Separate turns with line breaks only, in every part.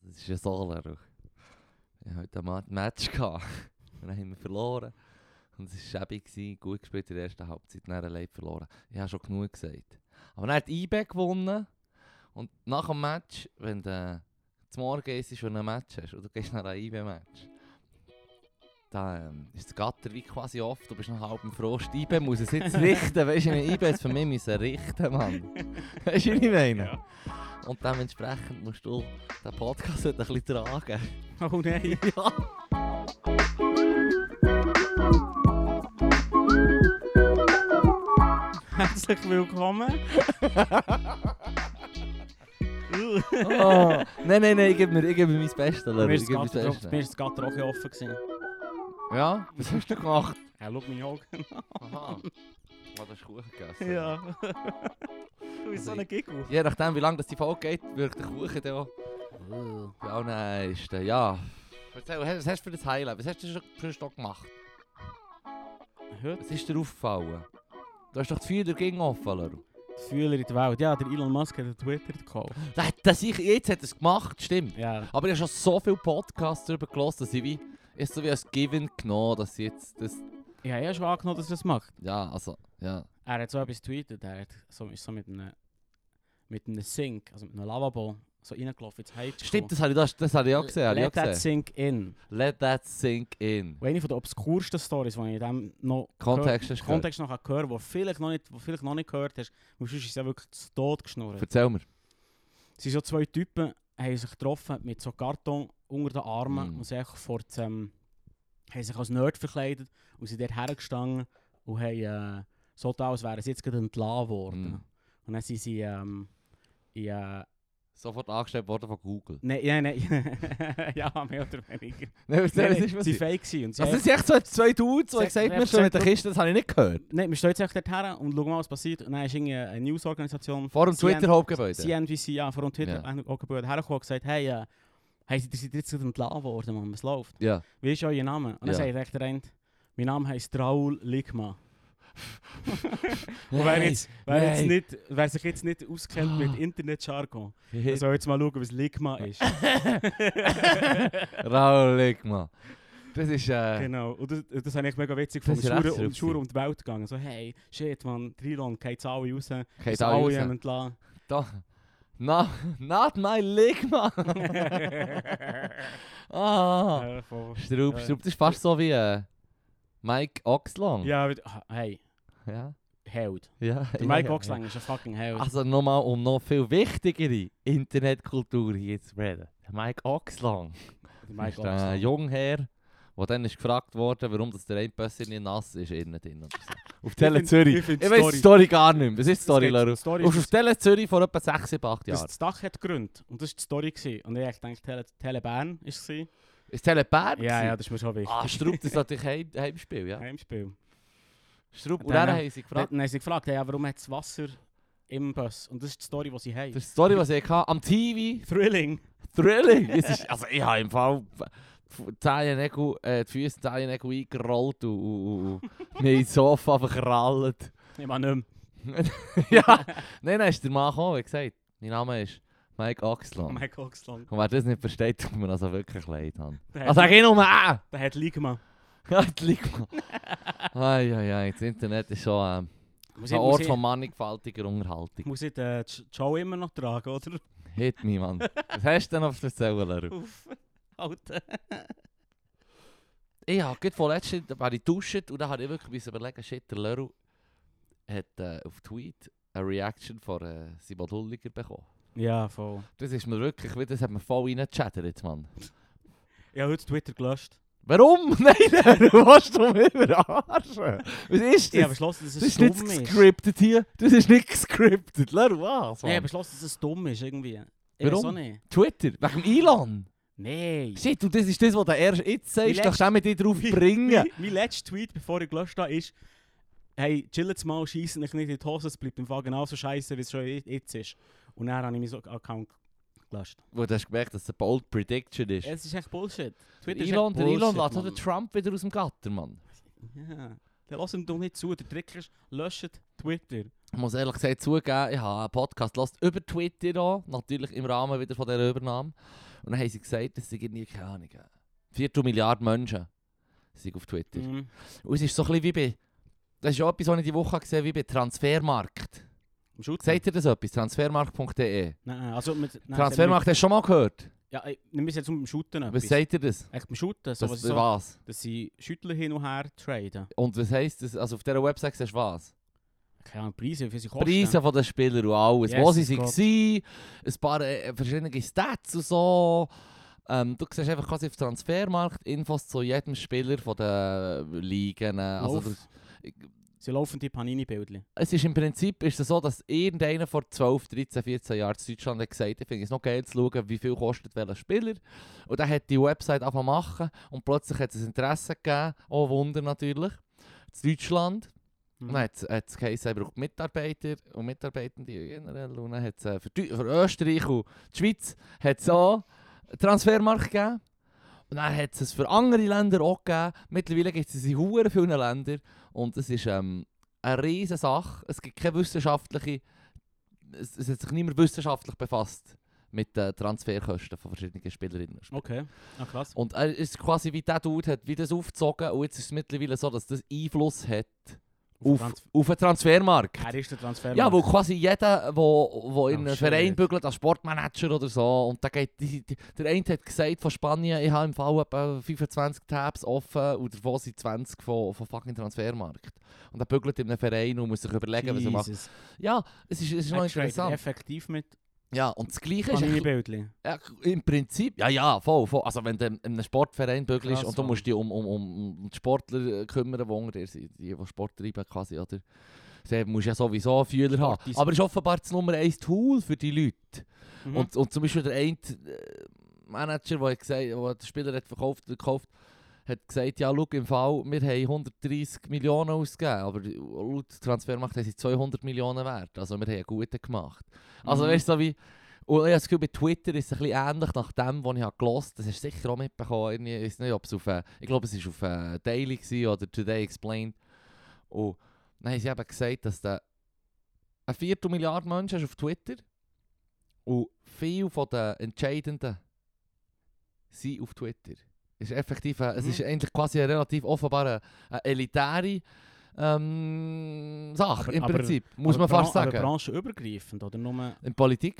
Das ist ein Solar. Und Ich hatte heute ein Ma- Match. Gehabt. Und dann haben wir verloren. Und es war schäbig, gewesen, gut gespielt in der ersten Halbzeit, dann leid verloren. Ich habe schon genug gesagt. Aber dann hat IB gewonnen. Und nach dem Match, wenn du zum Morgen isst und ein Match hast, oder du gehst nach einem IB-Match, dann ähm, ist das Gatter wie quasi oft, du bist noch halb im Frost. IB muss es jetzt richten, weißt du, IB ist für mich müssen richten, Mann. Weißt du, was ich meine?
Ja.
Und dementsprechend musst du den Podcast heute ein bisschen tragen.
Oh nein.
ja.
Herzlich willkommen. Uh.
Oh. Nein, nein, nein, ich gebe mir, ich gebe mir mein Bestes. Leute,
Mir
Ich
ist
gebe
das
mein
Gatter drauf- mir
Bestes.
ist das Gatter auch ein bisschen offen gewesen.
Ja, was hast du gemacht?
Ja, schau meine Augen.
Aha. Oh, das ist Kuchen gegessen.
Ja. Du bist so ein Giggle.
Je nachdem, wie lange das die Folge geht, wirkt der Kuchen dann auch. oh Bei allen Ästen, ja. Erzähl, was hast was hast du für das Highlight? Was hast du schon- schon schon gemacht?
Heute
Was ist dir aufgefallen? Du hast doch die Feuer dagegen offen, Leru.
die Fühler in der Welt. Ja, der Elon Musk hat einen Twitter gekauft.
Das, das ich, jetzt hat er es gemacht, stimmt.
Ja.
Aber ich habe schon so viele Podcasts darüber gehört, dass ich wie, ist so wie als Given genommen, dass ich jetzt das,
Ich habe ja schon angenommen, dass er das macht.
ja, also, ja.
Er hat so etwas tweetet. Er hat so, ist so mit einem, mit einem eh, Sink, also mit einem Lavabo, so reingelaufen ins Heizung.
Stimmt, das habe ich, das, das habe ich auch gesehen. Habe ich auch
Let that
gesehen.
sink in.
Let that sink in.
Und eine der obskursten Stories, die ich in dem noch
Kontext ist
gehört,
Kontext.
Kontext noch habe gehört habe, die vielleicht noch nicht, wo vielleicht noch nicht gehört hast, weil sonst ist es ja wirklich zu Tod geschnurrt.
Erzähl mir.
Es sind so zwei Typen, haben sich getroffen mit so Karton unter den Armen
Mm.
und sind einfach vor dem, haben sich als Nerd verkleidet und sind dort hergestanden und haben äh, so getan, als wären sie jetzt gerade entlassen worden.
Mm.
Und dann sind sie ähm, in, äh,
Sofort angestellt worden von Google.
nein, nein, nein, ja, mehr oder weniger.
Nein,
Nein,
erzähl,
nein,
es ist was.
sie fake gewesen und sie
Das
haben-
sind echt so zwei Dudes, die
Sag-
gesagt
ich hab
mir schon mit der
gesagt,
Kiste, das habe ich nicht gehört.
Nein, wir stehen jetzt echt dorthin und schauen mal, was passiert. Und dann ist irgendwie eine Newsorganisation,
Vor dem
Sie haben-
Twitter-Hauptgebäude.
CNBC, ja, vor dem Twitter,
Ja.
yeah. auch gebührt, hergekommen und gesagt, hey, äh, hey, seid ihr seid ihr jetzt gerade entlassen worden, Mann, was läuft?
Ja.
Wie ist euer Name? Und dann
Ja.
sagt echt der eine, mein Name heisst Raoul Ligma. Und wer, jetzt, wer, jetzt
nein.
nicht, wer sich jetzt nicht auskennt mit Internet-Jargon, der
Also-
soll jetzt mal schauen, was Ligma ist.
Raul Ligma. Das ist, äh,
Genau, und das, das habe ich mega witzig
Das
von
ist
Schur
recht
um,
verrückt
Schur
gewesen.
um die Welt gegangen. So, hey, shit, man, Trilon, geht's alle raus.
geht
alle
alle raus.
entlassen.
Da. Na, not my Ligma. ah.
Äh, voll.
Strupp,
Ja.
Strupp. Das ist fast so wie äh, Mike Oxlong.
Ja, aber- ah, hey,
Ja.
Held.
ja.
Der Mike Oxlang ist ein fucking Held.
Also nochmal um noch viel wichtigere Internetkultur hier zu reden. Der Mike Oxlong
der
ist
Mike
ein
Oxlang.
Jungherr, der dann ist gefragt wurde, warum das der Einbösser nicht nass ist innen drin. oder so. Auf
find-
Tele Zürich.
ich
Ich,
find die
weiß
Story-
die Story gar nicht mehr. Was ist die Story,
geht-
Leru?
die Dus Story
Auf
ist-
auf Tele Zürich vor etwa 6, 7, 8
Das,
Jahren.
das Dach hat gegründet und das war die Story. Gewesen. Und ich hab gedacht, Tele, Tele Bern war es. gewesen.
Ist Tele Bern?
Ja, ja,
gewesen?
das ist mir schon wichtig.
Ah, Strupp, das ist natürlich Heim, Heimspiel, ja.
Heimspiel.
Strupp, und
Dann
dann
haben-
haben sie
Dann,
gefragt.
dann haben sie gefragt, hey, warum hat das Wasser im Bus? Und das ist die Story, die sie haben.
Das ist die Story, was ich hatte, am TV
Thrilling.
Thrilling! Es ist, also ich habe im Fall Zahlenägel, äh, die Füße Zahlenägel eingerollt und, und, und, und mir ins Sofa verkrallt.
Ich meine nicht
ja! Nein, nein, ist der Mann gekommen, wie gesagt. Mein Name ist Mike Oxlon.
mehr. Mike Oxlang.
Und wer das nicht versteht, tut mir also wirklich leid. Haben.
Der
Also sag
hat,
ich nur an!
der hat Ligma.
Ja, das liegt mir. Ai, ai, ai, das Internet ist schon ähm,
Muss ich,
ein
muss
Ort
ich,
von mannigfaltiger Unterhaltung.
muss ich den eh, Ch- Joe immer noch tragen, oder?
Hit me, Mann. Was hast du denn auf der Zelle?
Uff. Alter.
Ich habe gerade vorletztens war ich duschen und dann habe ich wirklich müssen überlegen, shit, der Leru hat äh, auf Tweet eine Reaction von äh, Simon Hulliger bekommen.
Ja, voll.
Das ist mir wirklich, wieder- das hat mir voll reingechattert, Mann.
Ich habe heute Twitter gelöscht.
Warum? Nein, Leru, was du mir verarschen? Was ist
Ich habe
das?
beschlossen, dass es
das ist
dumm
nicht
ist.
gescriptet hier. Das ist nicht gescriptet. Leru, was,
Ich habe
Mann?
beschlossen, dass es dumm ist, irgendwie. Ich weiß
Warum?
auch nicht.
Twitter, wegen dem Elon.
Nein.
Shit, und das ist das, was der erst jetzt
Wie
sagt,
letztes-
nachdem ich dich drauf
Wie-
bringen.
Mein, mein letzter Tweet, bevor ich gelöscht habe, ist: Hey, chillt mal, schießen nicht in die Hose, es bleibt im Fall genauso scheiße, wie es schon i- jetzt ist. Und dann habe ich meinen Account gelöscht.
Wo du hast gemerkt, dass es eine bold prediction ist.
Es ist echt Bullshit.
Der
ist
Elon,
echt
der Elon lässt auch
Mann.
den Trump wieder aus dem Gatter, Mann.
Ja. Dann lass ihm doch nicht zu. Der Trick ist, löscht Twitter.
Ich muss ehrlich gesagt zugeben, ich habe einen Podcast gehört, über Twitter auch, natürlich im Rahmen wieder von dieser Übernahme. Und dann haben sie gesagt, es sind irgendwie, keine Ahnung, 4 Milliarden Menschen sind auf Twitter.
Mhm.
Und es ist so ein bisschen wie bei, das ist auch etwas, was ich diese Woche gesehen habe, wie bei Transfermarkt.
Im Schutz?
Seht ihr das etwas? Transfermarkt.de
Nein, nein, also mit... Nein,
E. Transfermarkt hast du schon mal gehört?
Ja, ey, wir müssen jetzt um Shooten
Was sagt ihr das?
Echt beim Shooten, so,
das
was ich so,
was?
dass sie Schüttler hin und her traden.
Und was heisst das? Also auf dieser Website siehst du was?
Keine Ahnung, Preise, wie viel sie kosten.
Preise von den Spielern und alles. Wo
Jesus
sie sie
Gott.
waren, ein paar äh, verschiedene Stats und so. Ähm, du siehst einfach quasi auf Transfermarkt Infos zu jedem Spieler von den Ligen. Also
Lauf.
das,
Sie laufen die Panini-Bildchen.
es ist im Prinzip ist es so, dass irgendeiner vor 12, 13, 14 Jahren in Deutschland hat gesagt hat, ich finde es noch geil zu schauen, wie viel kostet welcher Spieler. Und dann hat die Website angefangen zu machen und plötzlich hat es ein Interesse gegeben, auch Wunder natürlich, in Deutschland. Und dann hat es- hat es geheißen, er braucht Mitarbeiter und Mitarbeitende generell. Und dann hat es äh, für, Deu- für Österreich und die Schweiz hat es auch einen Transfermarkt gegeben. Und dann hat es für andere Länder auch gegeben. Mittlerweile gibt es in huere vielen Ländern. Und es ist ähm, eine riesige Sache. Es gibt keine wissenschaftliche... Es, es hat sich niemand wissenschaftlich befasst mit den Transferkosten von verschiedenen Spielerinnen und Spielern.
Okay, ah, krass.
Und er ist quasi wie der Dude hat wie das aufgezogen und jetzt ist es mittlerweile so, dass das Einfluss hat
den
auf,
Trans-
auf den Transfermarkt.
Er ist der Transfer.
Ja, wo quasi jeder, wo, wo in einem
shit.
Verein bügelt, als Sportmanager oder so, und da geht, die, die, der eine hat gesagt von Spanien, ich habe im Fall etwa 25 Tabs offen und davon sind 20 von, von fucking Transfermarkt. Und er bügelt in einem Verein und muss sich überlegen, was er macht.
Jesus.
Ja, es ist, es ist noch
Er tradet
interessant.
effektiv mit
Ja, und das Gleiche ist eigentlich-
Panini-Bildchen.
ja, im Prinzip, ja, ja, voll, voll. Also wenn du in einem Sportverein bügelst
Krass,
und du
Mann.
musst dich um, um, um, um die Sportler äh, kümmern, die unter dir sind, die, die Sport treiben quasi, oder? Dann musst du ja sowieso einen Fühler haben.
Sportis-
Aber es ist offenbar das Nummer 1 Tool für die Leute.
Mhm.
Und, und zum Beispiel der eine äh, Manager, der, hat gesagt, der den Spieler hat verkauft, gekauft hat, gesagt, ja, schau, im Fall, wir haben 130 Millionen ausgegeben, aber laut Transfermarkt haben sie 200 Millionen wert. Also wir haben einen guten gemacht. Also
Mhm.
weißt du, so wie... Und ich habe das Gefühl, bei Twitter ist es ein bisschen ähnlich nach dem, was ich habe gelesen habe. Das hast du sicher auch mitbekommen. irgendwie. Ich weiß nicht, ob es auf... äh, Ich glaube, es war auf äh, Daily gewesen oder Today Explained. Und dann haben sie eben gesagt, dass der eine Viertelmilliarde Menschen ist auf Twitter und viele von den Entscheidenden sind auf Twitter. Es ist effektiv, äh, es
Mhm.
ist eigentlich quasi eine relativ offenbare, eine elitäre ähm, Sache
Aber-
im
aber-
Prinzip, muss
Aber
man fast
Bran-
sagen.
Aber branchenübergreifend, oder nur
In Politik.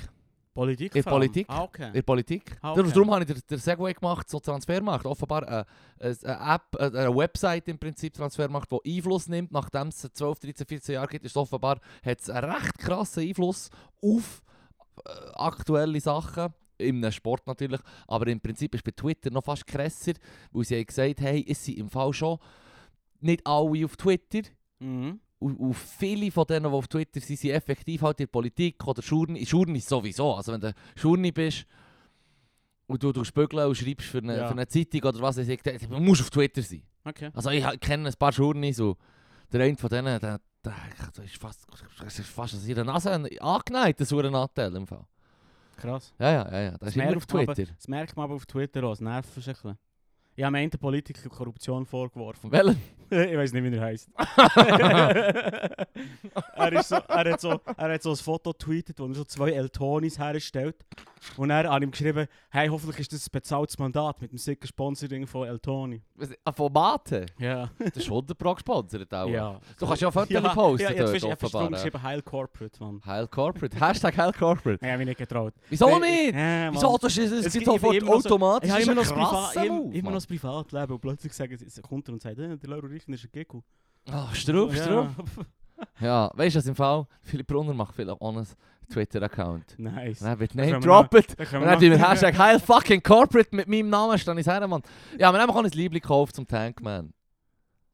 Politik?
In
vor allem?
Politik.
Ah, okay.
In der Politik.
Ah, okay.
Dar- Darum habe ich den, den Segway gemacht, so Transfermarkt. Offenbar eine, eine App, äh, eine Website im Prinzip Transfermarkt, die Einfluss nimmt, nachdem es 12, 13, 14 Jahre gibt, ist es offenbar hat es einen recht krassen Einfluss auf äh, aktuelle Sachen. Im Sport natürlich, aber im Prinzip ist bei Twitter noch fast krasser, weil sie haben gesagt hey, es sind im Fall schon nicht alle auf Twitter.
Mhm.
Und, und viele von denen, die auf Twitter sind, sind effektiv halt in der Politik oder Schurni. Schurni sowieso. Also wenn du Schurni bist und du, du bügeln und schreibst für eine,
Ja.
für eine Zeitung oder was, weiß ich dann dann musst du auf Twitter sein.
Okay.
Also ich ha- kenne ein paar Schurnis und der eine von denen, der, der, der ist fast, das ist fast aus ihrer Nase angeneigt, der sauren Anteil im Fall.
Krass.
Ja, ja, ja, ja. Das ist immer auf
merkt man aber-
Twitter.
Das merkt man aber auf Twitter auch, es nervt sich ein bisschen. Ich habe einem Politiker Korruption vorgeworfen.
Welchen?
ich weiß nicht, wie er heißt. er, ist so, er, hat so, er hat so ein Foto getweetet, wo er so zwei Eltonis herstellt. Und er hat ihm geschrieben, hey, hoffentlich ist das ein bezahltes Mandat mit dem sicken Sponsoring von Eltoni.
Was- ah, Von Mate?
Ja.
Das ist 100% gesponsert auch.
ja.
Du kannst ja Fotos
Ja,
posten
ja, ich
dort,
habe
offenbar, ja.
geschrieben, Heil Corporate, Mann.
Heil Corporate. Hashtag Heil Corporate.
Nein, ich habe mich nicht getraut.
Wieso
Nein,
nicht?
äh, Mann.
Wieso? Das ist, es,
Es
gibt
gibt
sofort
immer noch so-
automatisch
Ich habe immer noch
einen
das
krassen
Privat- immer-
Move,
immer noch
Mann.
das Privatleben und plötzlich sagen sie, sie kommt er und sagt, äh, der Lauro Richter ist ein Gecko.
Ah, Strupp, Strupp. Ja, weißt du, was im Fall? Philipp Brunner macht vielleicht auch einen Twitter-Account.
Nice.
Und er wird
können wir
name dropped.
Da können
Und
wir
dann tun wir
noch-
Hashtag Heil fucking Corporate mit meinem Namen, stand ich her, Mann. Ja, wir haben auch ein Liebling gekauft zum Tankman.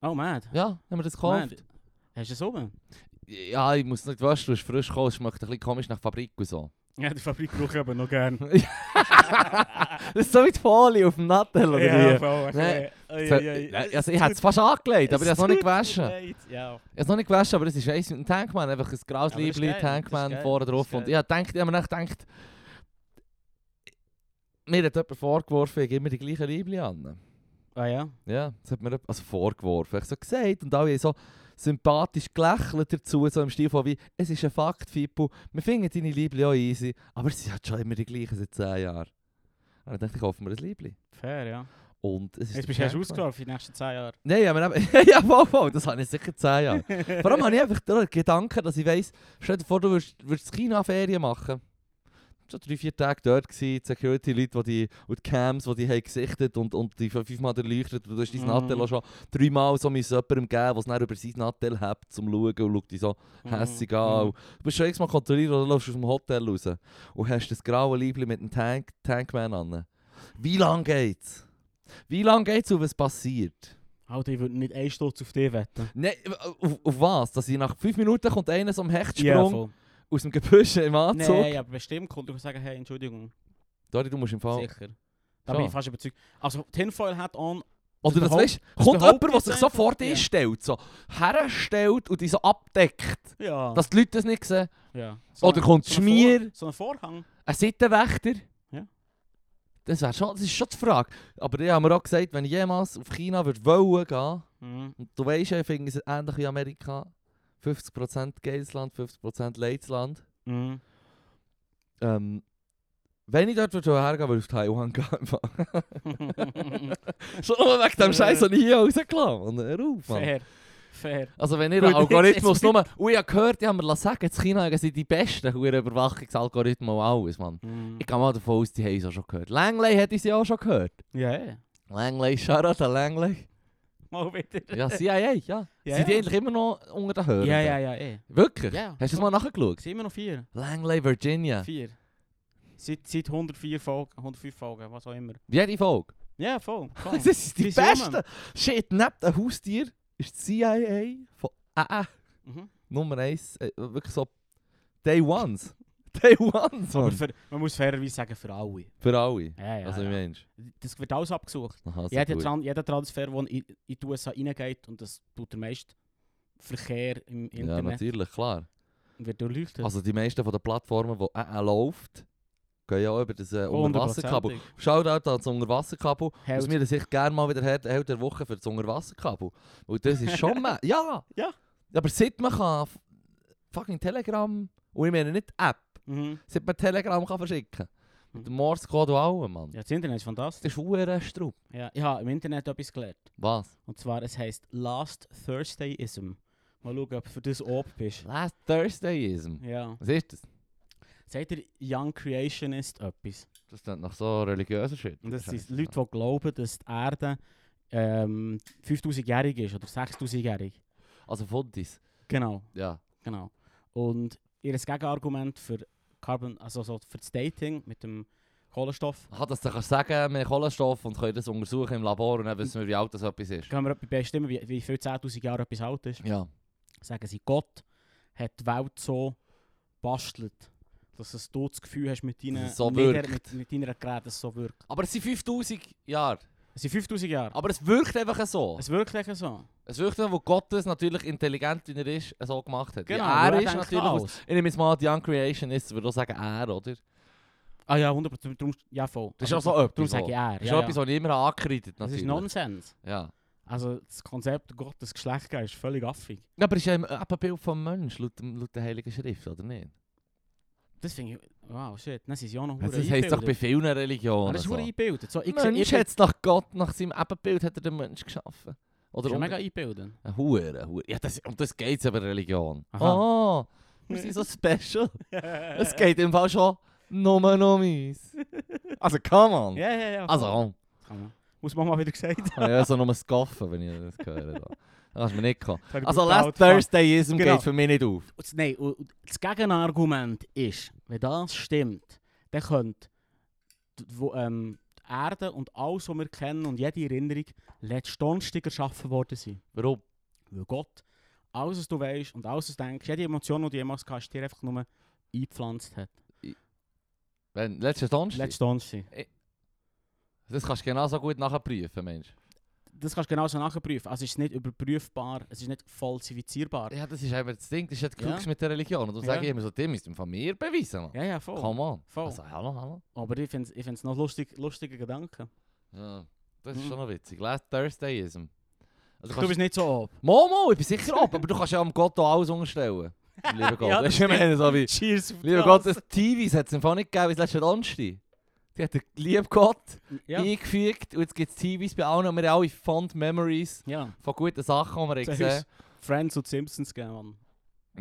Oh, mad.
Ja, haben wir das gekauft?
Mad. Hast du es oben?
Ja, ich muss nicht, weißt du, es ist frisch gekommen, es schmeckt ein bisschen komisch nach Fabrik und so.
Ja, die Fabrik brauche ich aber noch gern.
Das ist so wie die Folie auf dem Nattel, oder wie?
voll.
Nein.
Nein,
Also, ich hätte es fast angelegt, aber ich habe es noch nicht gewaschen.
Ja,
Ich habe noch nicht gewaschen, aber es ist eins mit dem Tankman. Einfach ein graues
Aber das ist
Liebling,
geil, das ist
Tankman
geil,
vorne
das ist
drauf. Und
geil.
ich habe gedacht- ich habe mir echt gedacht, mir hat jemand vorgeworfen, ich gebe mir die gleichen Liebling an.
Ah ja.
Ja, das hat mir jemand- also vorgeworfen. Ich so gesagt und alle haben so sympathisch gelächelt dazu, so im Stil von wie, es ist ein Fakt, Fippo, wir finden deine Liebli auch easy, aber sie hat schon immer die gleichen seit 10 Jahren. Und dann dachte ich, ich kaufe mir ein Liebli.
Fair, ja.
Und es ist
Jetzt
der
bist du erst
Jackpot.
ausgelaufen für die nächsten 10 Jahre.
Nein, ja, aber eben, ja, voll, voll, das habe ich sicher 10 Jahre. Vor allem habe ich einfach den Gedanken, dass ich weiss, stell dir vor, du würdest, würdest China-Ferien machen. Ich war drei, vier Tage dort, gewesen, die Security-Leute die, die, und die Cams, die die haben gesichtet und, und die fün- fünfmal erleuchtet. Und du hast dein
Mhm.
Nattel auch schon dreimal so müssen jemandem geben, was dann über sein Nattel hat, zum Schauen und schaut dich so
Mhm.
hässig an. Und Du bist schon x-mal kontrolliert oder läufst aus dem Hotel raus und hast das graue Liebling mit dem Tank, Tankman an. Wie lange geht's? Wie lange geht's und was passiert?
Alter, ich würde nicht einen Sturz auf dich wetten.
Nein, auf, auf eh, was? Dass ich nach 5 Minuten kommt einer so am Hechtsprung
voll.
aus dem Gebüsch im Anzug.
Nein, aber bestimmt kommt und sagen, hey, Entschuldigung.
Dori, du musst im Fall.
Sicher. Da
Schon.
bin ich fast überzeugt. Also, Tinfoil hat on.
Oder das
behaupt-
weißt,
das
kommt jemand,
behauptet
der sich
jetzt
so
einfach,
vor dich
ja.
stellt, so herstellt und dich so abdeckt,
Ja.
dass die Leute das nicht sehen.
ja.
Oder kommt
so ein
Schmier.
Vor- So ein Vorhang.
Ein Sittenwächter.
Ja.
Das, wär schon, das ist schon die Frage. Aber ich habe mir auch gesagt, wenn ich jemals auf China würde wollen gehen,
Mhm.
und du weißt ja, ich finde es ähnlich wie Amerika, 50% geiles Land, 50% Leidsland.
Mhm.
Ähm, wenn ich dort würde hergehen, würde ich auf Taiwan gehen. im Fall. Schon nur wegen dem Scheiß, den ich hier rausgelassen habe. Mann. Hör auf, Mann.
Fair. Fair.
Also wenn ihr
Gut,
einen Algorithmus
jetzt- jetzt-
nur... Ui, ich habe gehört, ich habe mir sagen, in China sind die besten huere Überwachungsalgorithmen und alles, Mann.
Mhm.
Ich gehe mal davon aus, die haben es auch schon gehört. Langley hätte ich sie auch schon gehört.
Ja, ja.
Langley, Shoutout an Langley.
Mal wieder.
Ja, CIA, ja.
Ja,
sind die
ja.
eigentlich immer noch unter den Hörern?
Ja, ja, ja, eh.
Wirklich?
Ja.
Hast du das mal nachgeschaut?
Es sind immer noch vier.
Langley, Virginia.
Vier. Seit, seit 104 Folgen, 105 Folgen, was auch immer.
Jede Folge.
Ja, voll. voll.
Das ist die
Wie sie
beste. Shit, neben dem Haustier ist die CIA von AA
Mhm.
Nummer 1. Äh, wirklich so Day Ones. Day Ones,
Aber
Mann.
für, man muss fairerweise sagen, für alle.
Für alle.
Ja, ja,
Also wie
ja.
meinst
Das wird alles abgesucht.
du? Aha, sehr
jeder,
gut.
Tran jeder Transfer, der in, in die USA reingeht, und das tut der meiste Verkehr im
Ja,
Internet, Dus-
natürlich, klar.
wird durchleuchtet.
Also die meisten von den Plattformen, die AA läuft, gehen ja auch über das äh, Unterwasserkabel.
100%.
Shoutout an das Unterwasserkabel.
Hält.
Aus meiner Sicht gerne mal wieder Held Held der Woche für das Unterwasserkabel. Weil das ist schon... ma- ja!
Ja.
Aber seit man kann... f- Fucking Telegram... Und ich meine nicht App.
Mhm.
Seit man Telegram kann verschicken kann. Mit dem
Mhm.
Morse-Code und allem, Mann.
Ja, das Internet ist
Das
fantastisch.
ist verdammt Strupp.
Ja, ich habe im Internet etwas gelernt.
Was?
Und zwar, es heisst Last Thursdayism. Mal schauen, ob du für das ob bist.
Last Thursdayism.
Ja.
Was ist das?
Sagt ihr Young Creationist etwas?
Das klingt nach so religiöser Shit.
Und das sind
Scheiße.
Leute, die glauben, dass die Erde ähm, 5000-jährig ist oder 6000-jährig.
Also Fundis.
Genau,
Ja.
genau. Und ihr Gegenargument für Carbon, also so für das Dating mit dem Kohlenstoff,
Hat das dann kannst du sagen, wir haben Kohlenstoff und können das untersuchen im Labor und dann wissen wir, wie alt das etwas ist.
können wir bestimmen, wie, wie viel 10.000 Jahre etwas alt ist.
Ja.
Sagen sie, Gott hat die Welt so bastelt, dass es du das Gefühl hast, mit deinen,
es so
Nieder-
wirkt.
mit, mit deiner Geräten, dass es so wirkt.
Aber es sind 5000 Jahre.
Es sind 5.000 Jahre.
Aber es wirkt einfach so.
Es wirkt echt so.
Es wirkt so, wo Gott es natürlich intelligent, wie er ist, so gemacht hat.
Genau,
Ja,
weil
er
er
ist
denkt
natürlich...
alles.
aus- Ich nehme jetzt mal an, die Young Creationists würde auch sagen, er, oder? Das
Ah ja, 100%. Drum, ja, voll.
Das ist
Also,
auch so
Darum
etwas,
sage
wo-
ich er.
ist
ja,
auch
ja.
etwas, was ich immer angekreidet
Das ist
natürlich.
Nonsens.
ja.
Also das Konzept Gott, das Geschlecht ist völlig affig.
Ja, aber es ist ja ein Abbild vom Mensch, laut, dem- laut der Heiligen Schrift, oder nicht?
Das finde ich, wow, shit, das ist ja noch
Also, das heisst doch bei vielen Religionen.
Das ist
so.
hure eingebildet. So, ich
Der Mensch
sehe, ich
hat es nach Gott, nach seinem Abbild hat er den Mensch geschaffen. Oder um-
bin, ist ja
unter-
mega eingebildet.
Ein Hure, ein Hure. Ja, das, um das geht es aber Religion.
Aha.
Oh, wir sind so special. es geht im Fall schon nur um uns. Also, come on.
Ja, ja, ja.
Also,
voll.
komm.
Kann man. Muss man mal wieder gesagt.
Ich habe ja so nur scoffen, wenn ich das höre. Da. Da kannst du mir nicht kommen.
Das habe ich
Also,
brutal
Last
gefunden.
Thursdayism
Genau.
geht für mich nicht auf.
Und das- Nein, und- und das Gegenargument ist, wenn das stimmt, dann könnte die, wo, ähm, die Erde und alles, was wir kennen und jede Erinnerung letzten Donnerstag erschaffen worden sein.
Warum?
Weil Gott, alles, was du weißt und alles, was du denkst, jede Emotion, die du jemals gehabt hast, dir einfach nur eingepflanzt hat.
Wenn, letztes Donnerstag.
Letzten Donnerstag.
Das kannst du genauso gut nachher prüfen, Mensch.
Das kannst du genauso nachprüfen. Also es ist nicht überprüfbar, es ist nicht falsifizierbar.
Ja, das ist einfach das Ding. Das ist ja die
Ja.
Krux mit der Religion. Und du
Ja.
sagst immer so, dem ist von mir beweisen. Mann.
Ja, ja, voll.
Come on.
Voll.
Also, hallo, hallo.
Aber ich finde es ich find's noch lustig, lustiger Gedanke.
Ja. Das ist
Mhm.
schon noch witzig. Last Thursdayism. Also
du bist nicht so ob.
Momo, ich bin sicher ab, aber du kannst ja am Gott auch alles unterstellen. Lieber Gott.
Ja, das
Weisst du, ich meine, so wie,
Cheers. auf
lieber
das.
Gott, das TVs hat es einfach nicht gegeben, wie es letzte Donnerstag. Die hat den lieben Gott
Ja.
eingefügt und jetzt gibt es TVs bei allen und wir haben alle Fond Memories
ja.
von guten Sachen, die wir haben
Das
gesehen
ist Friends und Simpsons gegeben, Mann.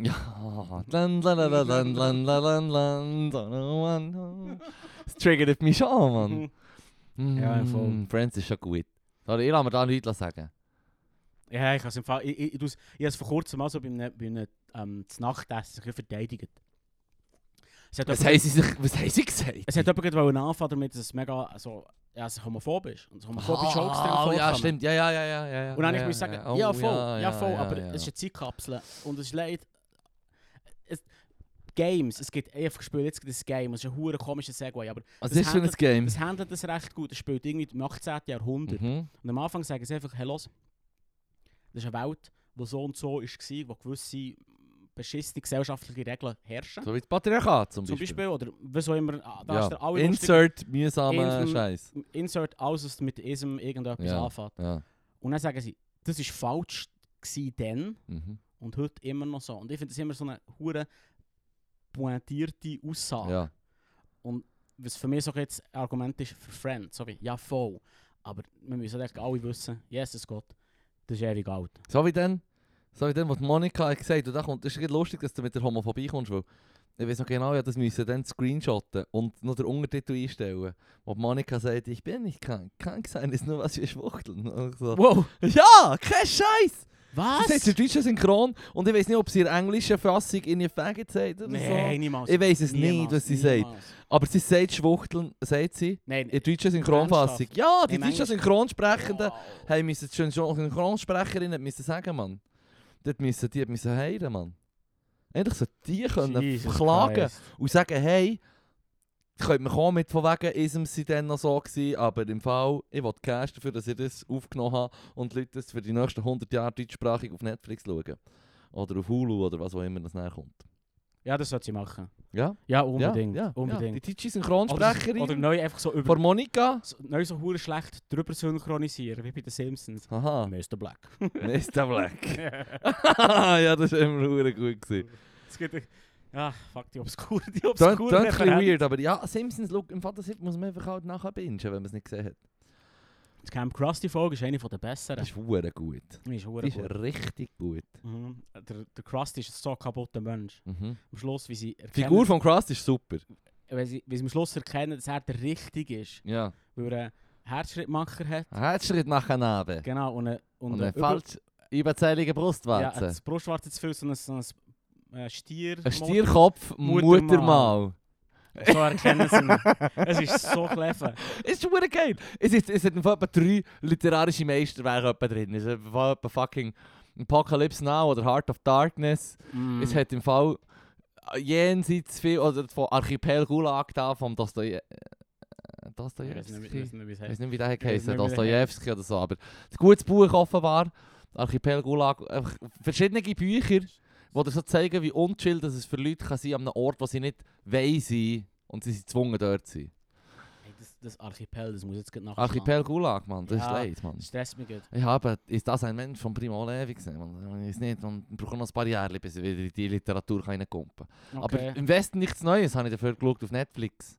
Ja. Dun, dun, dun, dun, dun, dun, dun, dun, dun, dun, dun. Das triggert mich schon, an, Mann.
Mhm. Ja, voll.
Mm, Friends ist schon gut. Sorry, ich lasse mir da nichts sagen.
Ja, ich habe es im Fall. Ich, ich, ich, tu's- ich habe es vor kurzem mal so bei einem, bei einem ähm, Nachtessen verteidigt. Es hat
Was
jemand-
haben sie, sich, was haben sie gesagt?
Es hat jemand gerade wollen anfangen damit, dass es mega also, ja, es ist homophobisch und homophobisch
Ah,
Jokes drin
ah, Ja,
vorkommen.
stimmt. Ja, ja, ja, ja. ja, ja
Und dann
ja,
muss ich sagen, ja,
Oh,
voll, ja, voll, aber
ja.
es ist eine Zeitkapsel und es ist leid. Es, Games, es gibt, ich habe gespielt jetzt das Game, es ist ein hure komischer Segway, aber
Was
das
Also ist für ein
handelt-
Game?
es handelt das recht gut, es spielt irgendwie im 18. Jahrhundert.
Mhm.
Und am Anfang sagen sie einfach, hey, los, das ist eine Welt, die so und so war, wo gewisse beschissene gesellschaftliche Regeln herrschen.
So wie das Patriarchat zum
Zum
Beispiel.
Beispiel, oder was auch immer, ah, da ist der
ja.
alle lustig-
Insert mühsamer
Insert-
Scheiß.
insert alles, was mit diesem irgendetwas
Ja.
anfängt.
Ja.
Und dann sagen sie, das ist falsch gsi dann
Mhm.
und heute immer noch so. Und ich finde das immer so eine hure pointierte Aussage.
ja.
Was für mich so jetzt ein Argument ist für Friends. So wie, ja voll. Aber wir müssen eigentlich alle wissen, Jesus Gott, das ist ewig alt.
So wie dann, so wie dann, was Monika hat gesagt hat. Und da kommt, das ist gerade lustig, dass du mit der Homophobie kommst, weil ich weiß noch genau, ja, das müssen dann screenshotten und noch den Untertitel einstellen. Wo die Monika sagt, ich bin nicht krank. Krank sein ist nur was wir schwuchteln. Und ich so,
Wow!
ja, kein Scheiß! Das heißt
Was?
in deutscher Synchron und ich weiß nicht, ob sie in der englischen Fassung in ihr Faggot sagt oder
Nein, niemals.
so. Ich weiß es nicht, was sie sagt.
niemals.
Aber sie sagt Schwuchteln, sagt sie,
Nein,
in der deutschen Synchronfassung. Ja, die
Im
deutschen
Englischen.
Synchronsprechenden
wow.
hey, müssen schon schon Synchronsprecherinnen müssen sagen, Mann. Dort müssen die müssen heilen, Mann. Endlich so die können
Jesus
verklagen
Christ.
und sagen, hey, könnt mir kommen mit von wegen, ism sie dann noch so gewesen, aber im Fall, ich will Cash dafür, dass ich das aufgenommen habe und die Leute das für die nächsten 100 Jahre deutschsprachig auf Netflix schauen. Oder auf Hulu oder was auch immer das näher kommt.
Ja, dus das sollte sie machen.
Ja?
Ja, unbedingt.
Ja, ja,
unbedingt.
Ja. Die deutsche
Oder,
Synchronsprecherin
oder neu einfach so über
von Monika.
so, neu so hure schlecht drüber synchronisieren, wie Oh, bei den Simpsons.
Haha,
Mr. Black.
Mr. Black. ja, das war immer verdammt gut. Gewesen.
es gibt... Ja, fuck, die obskure, die obskure
Klingt ein bisschen
Referenz.
weird, aber ja, Simpsons, look, im Vater muss man einfach halt nachher bingen, wenn man es nicht gesehen hat.
Die Camp Krusty-Folge ist eine von der besseren.
Das ist verdammt gut.
Die ist hure
Das ist
gut.
richtig gut.
Mhm. Der, der Krusty ist ein so kaputter Mensch.
Mhm.
Am Schluss, wie sie
Die
erkennen...
Figur von Krust ist super.
Wenn sie, wie sie am Schluss erkennen, dass er der Richtige ist.
Ja.
Weil er einen Herzschrittmacher hat.
Ein Herzschritt machen haben.
Genau, und eine...
Und,
eine
eine
über-
falsch überzählige
Ja,
Brustwarze.
das Brustwarze zu viel, so ein, so ein äh, Stier...
ein Stierkopf,
Muttermal.
Muttermal.
So erkennen sie ihn. Es ist so clever.
ist verdammt geil. Es, ist, es hat im Fall etwa drei literarische Meisterwerke etwa drin. Es ist im Fall etwa fucking Apocalypse Now oder Heart of Darkness.
Mm.
Es hat im Fall äh, jenseits viel, oder von Archipel Gulag da, vom Dostoj äh,
Ich weiß nicht,
Dostojewski.
wie- ich weiß nicht, wie es
Ich
heißt.
weiß nicht, wie der
Ich weiss
heißt,
nicht, wie der
Dostojewski oder so, aber ein gutes Buch offenbar, Archipel Gulag, einfach verschiedene Bücher, die dir so zeigen, wie unchill dass es für Leute kann sein an einem Ort, wo sie nicht wollen sein und sie sind gezwungen dort zu sein.
Hey, das, das Archipel, das muss jetzt gerade nachher.
Archipel Gulag, Mann, das ist
Ja.
leid, Mann.
Das stresst mich gut.
Ich habe, ist das ein Mensch von Primo Levi gesehen? Man, ich weiß nicht, man braucht noch ein paar Jahre, bis ich wieder in die Literatur reinkommen kann.
Okay.
Aber im Westen nichts Neues habe ich dafür geschaut auf Netflix.